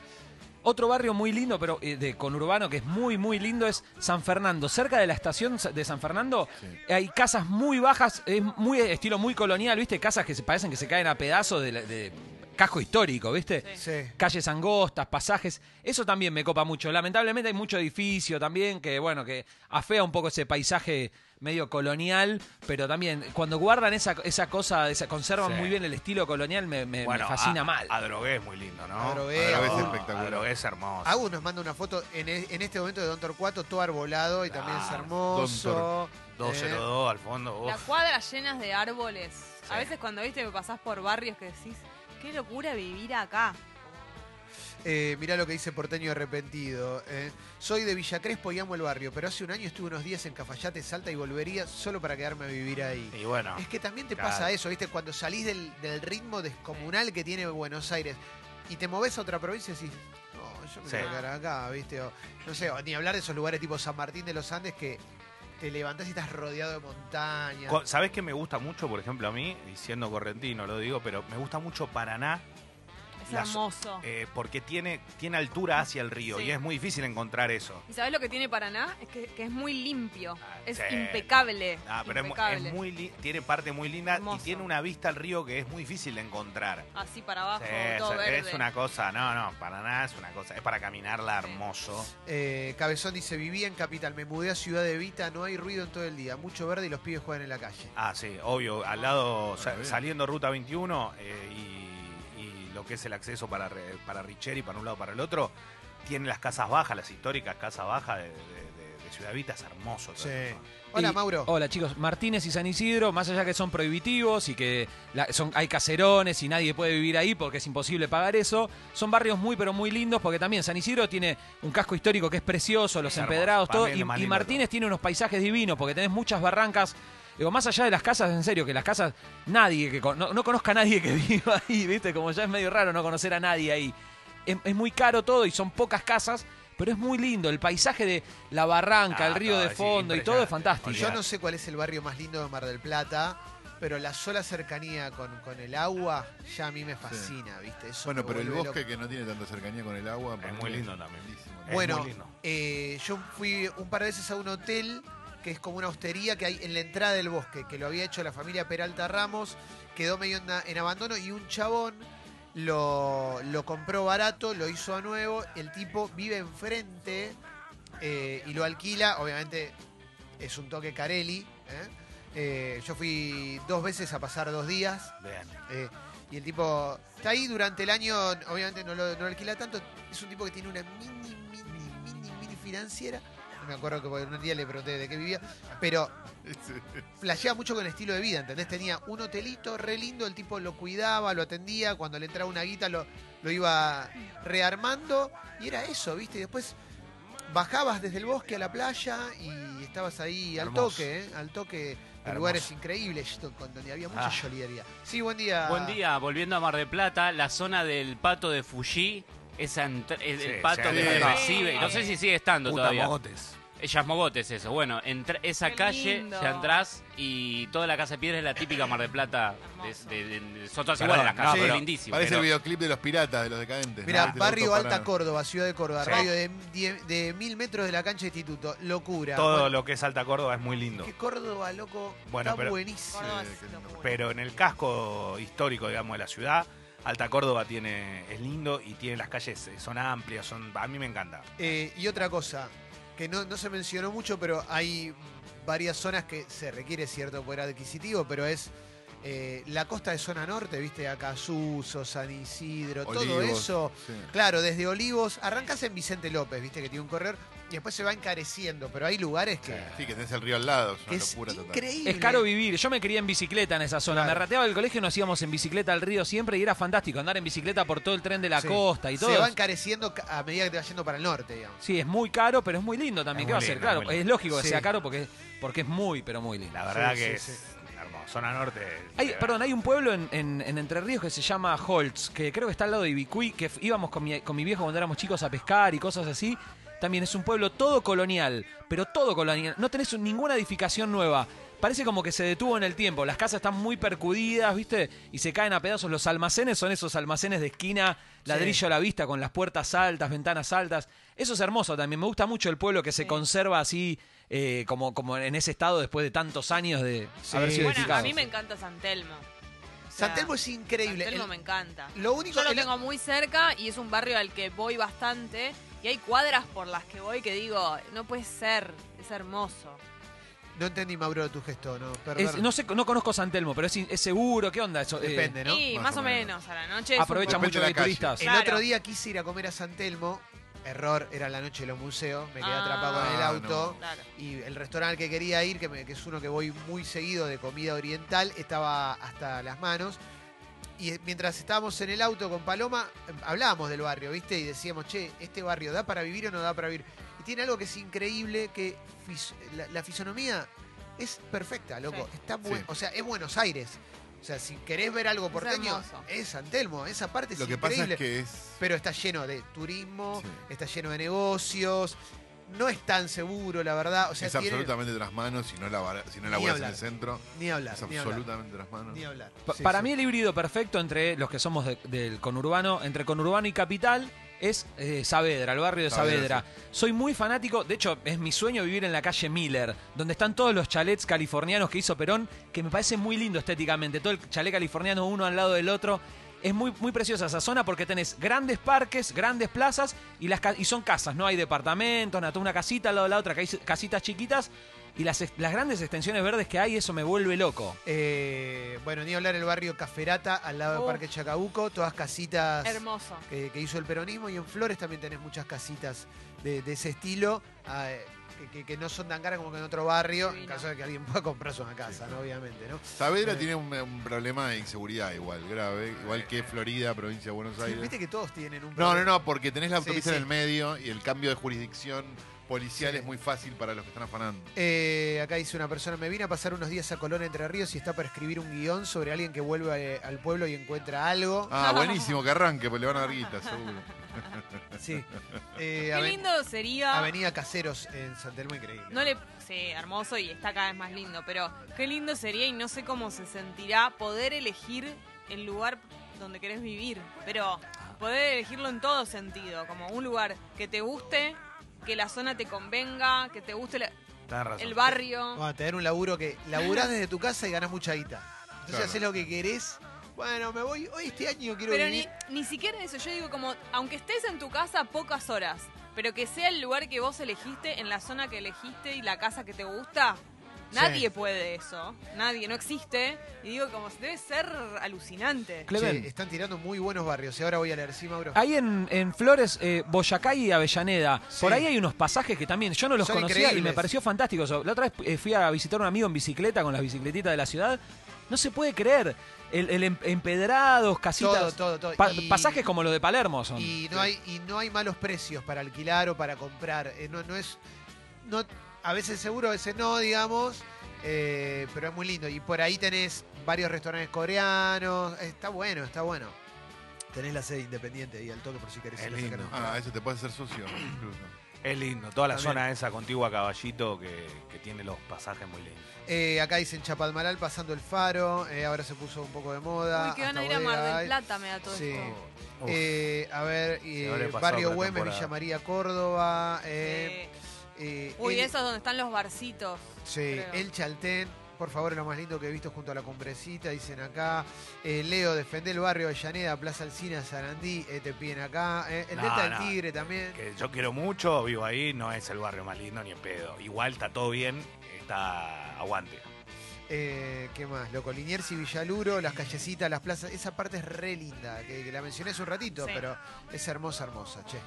Speaker 1: Otro barrio muy lindo, pero eh, de conurbano, que es muy, muy lindo, es San Fernando. Cerca de la estación sa- de San Fernando
Speaker 7: Sí.
Speaker 1: hay casas muy bajas, es muy estilo muy colonial, ¿viste? Casas que se parecen que se caen a pedazos de, la- de casco histórico, ¿viste?
Speaker 3: Sí.
Speaker 1: Calles angostas, pasajes, eso también me copa mucho. Lamentablemente hay mucho edificio también que, bueno, que afea un poco ese paisaje medio colonial, pero también cuando guardan esa, esa cosa, esa, conservan
Speaker 2: Sí.
Speaker 1: muy bien el estilo colonial, me, me- me
Speaker 2: Bueno,
Speaker 1: fascina
Speaker 2: a-
Speaker 1: mal.
Speaker 2: A Drogué es muy lindo, ¿no?
Speaker 3: Adrogué,
Speaker 7: Adrogué es
Speaker 2: Oh,
Speaker 7: espectacular.
Speaker 2: Adrogué es hermoso.
Speaker 3: Agus nos manda una foto en, e- en este momento de Don Torcuato, todo arbolado y también es hermoso. Eh,
Speaker 2: 202 al fondo. uf.
Speaker 4: Las cuadras llenas de árboles. A
Speaker 2: Sí.
Speaker 4: veces cuando viste me pasás por barrios que decís, qué locura vivir acá.
Speaker 3: Eh, mirá lo que dice Porteño Arrepentido. eh. Soy de Villa Crespo y amo el barrio, pero hace un año estuve unos días en Cafayate, Salta y volvería solo para quedarme a vivir ahí.
Speaker 2: Y bueno,
Speaker 3: Es que también te
Speaker 2: Claro.
Speaker 3: pasa eso, ¿viste? Cuando salís del, del ritmo descomunal que tiene Buenos Aires y te moves a otra provincia y decís, no, yo me
Speaker 2: Sí.
Speaker 3: quiero quedar acá, ¿viste? O, no sé, o ni hablar de esos lugares tipo San Martín de los Andes que te levantás y estás rodeado de montañas.
Speaker 2: co- ¿sabés qué me gusta mucho, por ejemplo, a mí? Y siendo correntino lo digo, pero me gusta mucho Paraná
Speaker 4: Es
Speaker 2: Las-
Speaker 4: hermoso.
Speaker 2: eh, porque tiene, tiene altura hacia el río
Speaker 4: Sí.
Speaker 2: y es muy difícil encontrar eso.
Speaker 4: ¿Y sabés lo que tiene Paraná? Es que, que es muy limpio.
Speaker 2: Ah,
Speaker 4: es
Speaker 2: sí.
Speaker 4: impecable.
Speaker 2: Ah, pero es mu- es,
Speaker 4: impecable.
Speaker 2: muy li- tiene parte muy linda y
Speaker 4: Hermoso.
Speaker 2: tiene una vista al río que es muy difícil de encontrar.
Speaker 4: Así para abajo,
Speaker 2: Sí, es,
Speaker 4: todo verde.
Speaker 2: es una cosa, no, no, Paraná es una cosa, es para caminarla hermoso.
Speaker 3: Eh, Cabezón dice, vivía en Capital, me mudé a Ciudad de Vita, no hay ruido en todo el día, mucho verde y los pibes juegan en la calle.
Speaker 2: Ah, sí, obvio, al lado,
Speaker 3: Ah,
Speaker 2: sa- saliendo Ruta 21 eh, y, y lo que es el acceso para, Re- para Richeri, para un lado, para el otro, tiene las casas bajas, las históricas casas bajas de, de- de- de Ciudad Vita, es hermoso. todo
Speaker 3: Sí.
Speaker 2: eso.
Speaker 3: Hola,
Speaker 1: Y-
Speaker 3: Mauro.
Speaker 1: Hola chicos, Martínez y San Isidro, más allá que son prohibitivos y que la- son, hay caserones y nadie puede vivir ahí porque es imposible pagar eso, son barrios muy pero muy lindos porque también San Isidro tiene un casco histórico que es precioso, los
Speaker 2: Es hermoso,
Speaker 1: empedrados,
Speaker 2: para
Speaker 1: todo,
Speaker 2: mí es
Speaker 1: y,
Speaker 2: lo más
Speaker 1: y
Speaker 2: lindo de
Speaker 1: Martínez tiene unos paisajes divinos porque tenés muchas barrancas. Digo, más allá de las casas, en serio, que las casas, nadie que con- no, no conozca a nadie que viva ahí, ¿viste? Como ya es medio raro no conocer a nadie ahí. Es, es muy caro todo y son pocas casas, pero es muy lindo. El paisaje de la barranca,
Speaker 2: Ah,
Speaker 1: el río
Speaker 2: todo,
Speaker 1: de
Speaker 2: es
Speaker 1: fondo y todo es
Speaker 2: impresionante.
Speaker 1: fantástico.
Speaker 3: Yo no sé cuál es el barrio más lindo de Mar del Plata, pero la sola cercanía con, con el agua ya a mí me fascina, ¿viste? Eso
Speaker 7: Bueno,
Speaker 3: me
Speaker 7: pero el
Speaker 3: vuelve
Speaker 7: bosque
Speaker 3: loco.
Speaker 7: que no tiene tanta cercanía con el agua. para
Speaker 2: muy
Speaker 7: mí
Speaker 2: lindo también.
Speaker 7: lindísimo.
Speaker 2: Es
Speaker 3: Bueno,
Speaker 2: muy lindo.
Speaker 3: eh, yo fui un par de veces a un hotel que es como una hostería que hay en la entrada del bosque, que lo había hecho la familia Peralta Ramos, quedó medio en, en abandono y un chabón lo, lo compró barato, lo hizo a nuevo, el tipo vive enfrente eh, y lo alquila, obviamente es un toque Carelli. ¿eh? Eh, yo fui dos veces a pasar dos días.
Speaker 2: Bien.
Speaker 3: Eh, y el tipo está ahí durante el año, obviamente no lo, no lo alquila tanto. Es un tipo que tiene una mini, mini, mini, mini financiera. No me acuerdo que un día le pregunté de qué vivía, pero flashea mucho con el estilo de vida, ¿entendés? Tenía un hotelito re lindo, el tipo lo cuidaba, lo atendía, cuando le entraba una guita lo, lo iba rearmando y era eso, ¿viste? Y después bajabas desde el bosque a la playa y estabas ahí al
Speaker 2: Hermoso.
Speaker 3: toque, ¿eh? Al toque. en lugares increíbles con- donde había mucha
Speaker 10: Ah.
Speaker 3: solidaridad. Sí, buen día.
Speaker 10: Buen día, volviendo a Mar de Plata, la zona del pato de Fuji, esa entr- el, el
Speaker 2: Sí,
Speaker 10: pato
Speaker 2: sí.
Speaker 10: que te
Speaker 2: Sí.
Speaker 10: recibe, no sé si sigue estando
Speaker 2: Puta
Speaker 10: todavía.
Speaker 2: mogotes.
Speaker 10: Eh, Yasmogotes, eso. Bueno, entra- esa
Speaker 4: Qué
Speaker 10: calle,
Speaker 4: lindo.
Speaker 10: ya entrás y toda la casa de piedra es la típica Mar de Plata. De, de- de- de- son todas
Speaker 2: Perdón,
Speaker 10: iguales las
Speaker 2: no,
Speaker 10: calles,
Speaker 2: pero-
Speaker 10: es lindísimo.
Speaker 7: Parece
Speaker 10: pero-
Speaker 7: el videoclip de los piratas, de los decadentes.
Speaker 3: Mira,
Speaker 7: ¿no? Que te
Speaker 3: barrio
Speaker 7: autoparan.
Speaker 3: Alta Córdoba, ciudad de Córdoba,
Speaker 2: Sí.
Speaker 3: radio de, die- de mil metros de la cancha de instituto. Locura.
Speaker 2: Todo
Speaker 3: Bueno,
Speaker 2: lo que es Alta Córdoba es muy lindo.
Speaker 3: Que Córdoba, loco,
Speaker 2: Bueno,
Speaker 3: está
Speaker 2: pero-
Speaker 3: buenísimo.
Speaker 4: Córdoba
Speaker 7: Sí,
Speaker 4: es
Speaker 7: qué
Speaker 4: locura.
Speaker 2: Pero en el casco histórico, digamos, de la ciudad, Alta Córdoba tiene, es lindo y tiene las calles, eh, son amplias, son, a mí me encanta.
Speaker 3: Eh, y otra cosa, que no, no se mencionó mucho, pero hay varias zonas que se requiere cierto poder adquisitivo, pero es eh, la costa de zona norte, viste, Acasuso, San Isidro, todo
Speaker 7: Olivos,
Speaker 3: eso.
Speaker 7: sí.
Speaker 3: Claro, desde Olivos, arrancas en Vicente López, viste, que tiene un correr, y después se va encareciendo, pero hay lugares que,
Speaker 7: Sí, que tenés el río al lado, es
Speaker 3: que
Speaker 7: una
Speaker 3: es
Speaker 7: locura total.
Speaker 3: increíble.
Speaker 1: Es caro vivir. Yo me quería en bicicleta en esa zona.
Speaker 3: Claro.
Speaker 1: Me rateaba el colegio y nos íbamos en bicicleta al río siempre y era fantástico andar en bicicleta por todo el tren de la
Speaker 3: Sí.
Speaker 1: costa y todo.
Speaker 3: Se va encareciendo ca- a medida que te vas yendo para el norte, digamos.
Speaker 1: Sí, es muy caro, pero es muy lindo también.
Speaker 2: Es
Speaker 1: ¿Qué va a
Speaker 2: muy
Speaker 1: ser?
Speaker 2: lindo,
Speaker 1: Claro,
Speaker 2: muy lindo.
Speaker 1: es lógico que
Speaker 3: Sí.
Speaker 1: sea caro porque, porque es muy, pero muy lindo.
Speaker 2: La verdad
Speaker 3: Sí,
Speaker 2: que
Speaker 3: sí,
Speaker 2: es hermoso. Zona norte.
Speaker 1: Hay,
Speaker 2: de-
Speaker 4: ah.
Speaker 1: perdón, hay un pueblo en, en- en Entre Ríos que se llama Holtz, que creo que está al lado de Ibicuí, que f- íbamos con mi, con mi viejo cuando éramos chicos a pescar y cosas así. También es un pueblo todo colonial, pero todo colonial. No tenés un- ninguna edificación nueva. Parece como que se detuvo en el tiempo. Las casas están muy percudidas, ¿viste? Y se caen a pedazos. Los almacenes son esos almacenes de esquina, ladrillo a la vista, con las puertas altas, ventanas altas. Eso es hermoso también. Me gusta mucho el pueblo que se conserva así, eh, como, como en ese estado después de tantos años de haber sido
Speaker 4: Bueno, a
Speaker 1: edificado.
Speaker 4: mí me encanta San Telmo. O sea,
Speaker 3: San Telmo es increíble.
Speaker 4: San Telmo
Speaker 3: El-
Speaker 4: me encanta.
Speaker 3: lo único
Speaker 4: Yo lo
Speaker 3: el-
Speaker 4: tengo muy cerca y es un barrio al que voy bastante. Y hay cuadras por las que voy que digo, no puede ser, es hermoso.
Speaker 3: No entendí, Mauro, tu gesto, no,
Speaker 1: Es-
Speaker 3: perdón.
Speaker 1: no, sé, no conozco San Telmo, pero es, in- es seguro, ¿qué onda? Eso, eh,
Speaker 3: Depende, ¿no?
Speaker 4: y más, o menos. a la noche. es un
Speaker 1: aprovecha
Speaker 4: poco-
Speaker 7: Depende
Speaker 1: mucho
Speaker 7: de la
Speaker 1: de
Speaker 7: calle.
Speaker 1: turistas.
Speaker 3: El
Speaker 4: Claro.
Speaker 3: otro día quise ir a comer a San Telmo. Error, era la noche de los museos. Me quedé
Speaker 4: Ah.
Speaker 3: atrapado en el
Speaker 7: Ah,
Speaker 3: auto.
Speaker 4: Claro.
Speaker 3: Y el restaurante al que quería ir, que, me- que es uno que voy muy seguido de comida oriental, estaba hasta las manos. Y eh, mientras estábamos en el auto con Paloma, eh, hablábamos del barrio, ¿viste? Y decíamos, che, ¿este barrio da para vivir o no da para vivir? Y tiene algo que es increíble, que fis- la, la fisonomía es perfecta, loco. Está buen-
Speaker 7: Sí.
Speaker 3: O sea, es Buenos Aires. O sea, si querés ver algo porteño,
Speaker 4: hermoso.
Speaker 3: es San Telmo. Esa parte es
Speaker 7: Lo que pasa
Speaker 3: increíble.
Speaker 7: es que es.
Speaker 3: Pero está lleno de turismo,
Speaker 7: Sí.
Speaker 3: está lleno de negocios, no es tan seguro, la verdad. O sea,
Speaker 7: es
Speaker 3: tiene-
Speaker 7: absolutamente de las manos si no la, vara- si no
Speaker 3: Ni
Speaker 7: la guardas en
Speaker 3: hablar.
Speaker 7: el centro.
Speaker 3: Ni hablar.
Speaker 7: Es
Speaker 3: ni hablar,
Speaker 7: absolutamente de las manos.
Speaker 3: ni hablar.
Speaker 1: Pa-
Speaker 3: Sí,
Speaker 1: Para
Speaker 3: sí.
Speaker 1: mí el híbrido perfecto entre los que somos de- del conurbano, entre conurbano y capital, es eh, Saavedra, el barrio de
Speaker 7: Saavedra,
Speaker 1: Saavedra. Soy muy fanático, de hecho es mi sueño vivir en la calle Miller, donde están todos los chalets californianos que hizo Perón, que me parece muy lindo estéticamente, todo el chalet californiano uno al lado del otro. Es muy, muy preciosa esa zona porque tenés grandes parques, grandes plazas y, las, ca- y son casas, ¿no? Hay departamentos, nada, toda una casita al lado de la otra, cais- casitas chiquitas y las, ex- las grandes extensiones verdes que hay, eso me vuelve loco.
Speaker 3: Eh, bueno, ni hablar el barrio Caferata, al lado del
Speaker 4: Oh.
Speaker 3: Parque Chacabuco, todas casitas
Speaker 4: Hermoso.
Speaker 3: eh, que, que hizo el peronismo. Y en Flores también tenés muchas casitas de, de ese estilo. ah, eh, que, que- que no son tan caras como que en otro barrio, en
Speaker 4: Divino.
Speaker 3: caso de que alguien pueda comprarse una casa, ¿no? Obviamente, ¿no? Eh,
Speaker 7: Saavedra
Speaker 3: Sí.
Speaker 7: tiene un, un problema de inseguridad igual, grave. Igual que Florida, provincia de Buenos Aires.
Speaker 3: Viste que todos tienen un
Speaker 7: No, no, no, porque tenés la
Speaker 3: Sí,
Speaker 7: autopista
Speaker 3: sí.
Speaker 7: en el medio y el cambio de jurisdicción policial
Speaker 3: Sí.
Speaker 7: es muy fácil para los que están afanando.
Speaker 3: Eh, acá dice una persona, me vine a pasar unos días a Colón Entre Ríos y está para escribir un guión sobre alguien que vuelve eh, al pueblo y encuentra algo.
Speaker 7: Ah, buenísimo, que arranque, pues le van a dar guita, seguro.
Speaker 3: Sí. Eh,
Speaker 4: Qué
Speaker 3: aven-
Speaker 4: lindo sería.
Speaker 3: Avenida Caseros en San Telmo, increíble.
Speaker 4: No le. Sí, hermoso y está cada vez más lindo, pero qué lindo sería y no sé cómo se sentirá poder elegir el lugar donde querés vivir, pero poder elegirlo en todo sentido, como un lugar que te guste, que la zona te convenga, que te guste la-
Speaker 2: Tenés razón.
Speaker 4: el barrio.
Speaker 3: Bueno, tener un laburo que laburás desde tu casa y ganás mucha guita. Entonces
Speaker 7: Claro.
Speaker 3: haces lo que querés. Bueno, me voy, hoy este año quiero
Speaker 4: Pero ni,
Speaker 3: vivir.
Speaker 4: ni siquiera eso, yo digo como, aunque estés en tu casa pocas horas, pero que sea el lugar que vos elegiste, en la zona que elegiste y la casa que te gusta, nadie puede eso, nadie, no existe. Y digo como, debe ser alucinante.
Speaker 1: Clemen.
Speaker 3: Che, están tirando muy buenos barrios y ahora voy a leer, sí, Mauro.
Speaker 1: Ahí en, en Flores, eh, Boyacá y Avellaneda.
Speaker 3: Sí.
Speaker 1: Por ahí hay unos pasajes que también yo no los
Speaker 3: Son
Speaker 1: conocía y me
Speaker 3: increíbles.
Speaker 1: pareció fantástico. eso. La otra vez eh, fui a visitar a un amigo en bicicleta con las bicicletitas de la ciudad. No se puede creer. El, el em- empedrados,
Speaker 3: todo,
Speaker 1: casitas.
Speaker 3: todo, todo.
Speaker 1: pa-
Speaker 3: Y-
Speaker 1: Pasajes como los de Palermo son.
Speaker 3: Y no, hay, y no hay malos precios para alquilar o para comprar. Eh, no, no es. No, a veces seguro, a veces no, digamos. Eh, pero es muy lindo. Y por ahí tenés varios restaurantes coreanos. Está bueno, está bueno. Tenés la sede independiente ahí al toque por si querés
Speaker 2: Es
Speaker 3: ir a sacar
Speaker 2: lindo.
Speaker 3: un-
Speaker 7: Ah, eso te puede hacer socio incluso.
Speaker 2: Es lindo, toda la
Speaker 3: También.
Speaker 2: zona esa contigua a Caballito que, que tiene los pasajes muy lindos.
Speaker 3: Eh, acá dicen Chapalmaral pasando el faro. eh, ahora se puso un poco de moda.
Speaker 4: Uy, que van
Speaker 3: hasta
Speaker 4: a ir a Mar
Speaker 3: Bodega eh.
Speaker 4: del
Speaker 3: Gay.
Speaker 4: Plata, me da todo
Speaker 3: Sí.
Speaker 4: esto.
Speaker 2: Uf.
Speaker 3: Eh, a ver, eh,
Speaker 2: habré pasado
Speaker 3: Barrio
Speaker 2: por la
Speaker 3: Güemes,
Speaker 2: temporada.
Speaker 3: Villa María, Córdoba. eh,
Speaker 4: Eh,
Speaker 3: eh,
Speaker 4: Uy,
Speaker 3: El-
Speaker 4: eso es donde están los barcitos.
Speaker 3: Sí,
Speaker 4: creo.
Speaker 3: El Chaltén. Por favor, es lo más lindo que he visto junto a la cumbrecita, dicen acá. Eh, Leo, defende el barrio Avellaneda, Plaza Alcina, Sarandí, eh, te piden acá. Eh, el
Speaker 2: No,
Speaker 3: Delta del
Speaker 2: no.
Speaker 3: Tigre también.
Speaker 2: Que Eh, yo quiero mucho, vivo ahí, no es el barrio más lindo ni en pedo. Igual está todo bien, está aguante.
Speaker 3: Eh, ¿Qué más? Loco, Liniers y Villaluro, las callecitas, las plazas. Esa parte es re linda, que, que la mencioné hace un ratito,
Speaker 4: Sí.
Speaker 3: pero es hermosa, hermosa, che.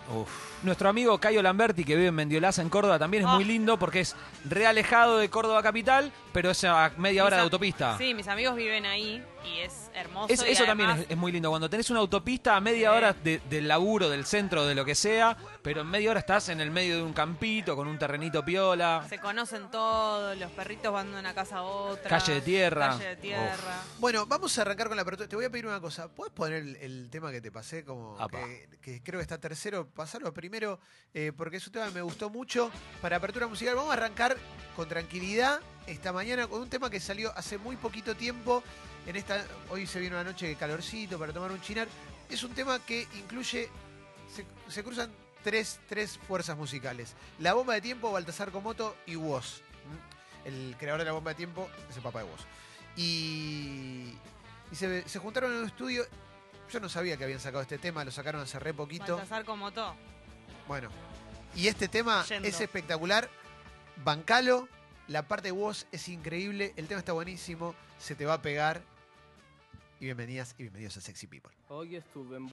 Speaker 1: Nuestro amigo Cayo Lamberti, que vive en Mendiolaza, en Córdoba, también es
Speaker 4: Ah.
Speaker 1: muy lindo porque es realejado de Córdoba capital, pero es a media hora
Speaker 4: Mis
Speaker 1: de
Speaker 4: a-
Speaker 1: autopista.
Speaker 4: Sí, mis amigos viven ahí y es hermoso.
Speaker 1: Es-
Speaker 4: y
Speaker 1: eso también
Speaker 4: además-
Speaker 1: es, es muy lindo. Cuando tenés una autopista a media
Speaker 4: Sí.
Speaker 1: hora de- del laburo, del centro, de lo que sea, pero en media hora estás en el medio de un campito con un terrenito piola.
Speaker 4: Se conocen todos, los perritos van de una casa a otra.
Speaker 1: Calle de tierra.
Speaker 4: Calle de tierra.
Speaker 3: Bueno, vamos a arrancar con la apertura. Te voy a pedir una cosa. ¿Puedes poner el, el tema que te pasé como
Speaker 2: Apa.
Speaker 3: que, que creo que está tercero? Pasarlo primero, eh, porque es un tema que me gustó mucho. Para apertura musical, vamos a arrancar con tranquilidad esta mañana con un tema que salió hace muy poquito tiempo. En esta, hoy se viene una noche de calorcito para tomar un chinar. Es un tema que incluye. Se, se cruzan tres, tres fuerzas musicales. La bomba de tiempo, Baltasar Comoto y Woz. ¿Mm? El creador de la bomba de tiempo es el papá de Woz. Y, y se, se juntaron en un estudio. Yo no sabía que habían sacado este tema, lo sacaron hace re poquito.
Speaker 4: Baltasar como todo.
Speaker 3: Bueno, y este tema
Speaker 4: Yendo.
Speaker 3: es espectacular. Bancalo, la parte de voz es increíble, el tema está buenísimo, se te va a pegar. Y bienvenidas y bienvenidos a Sexy People.
Speaker 11: Hoy estuve en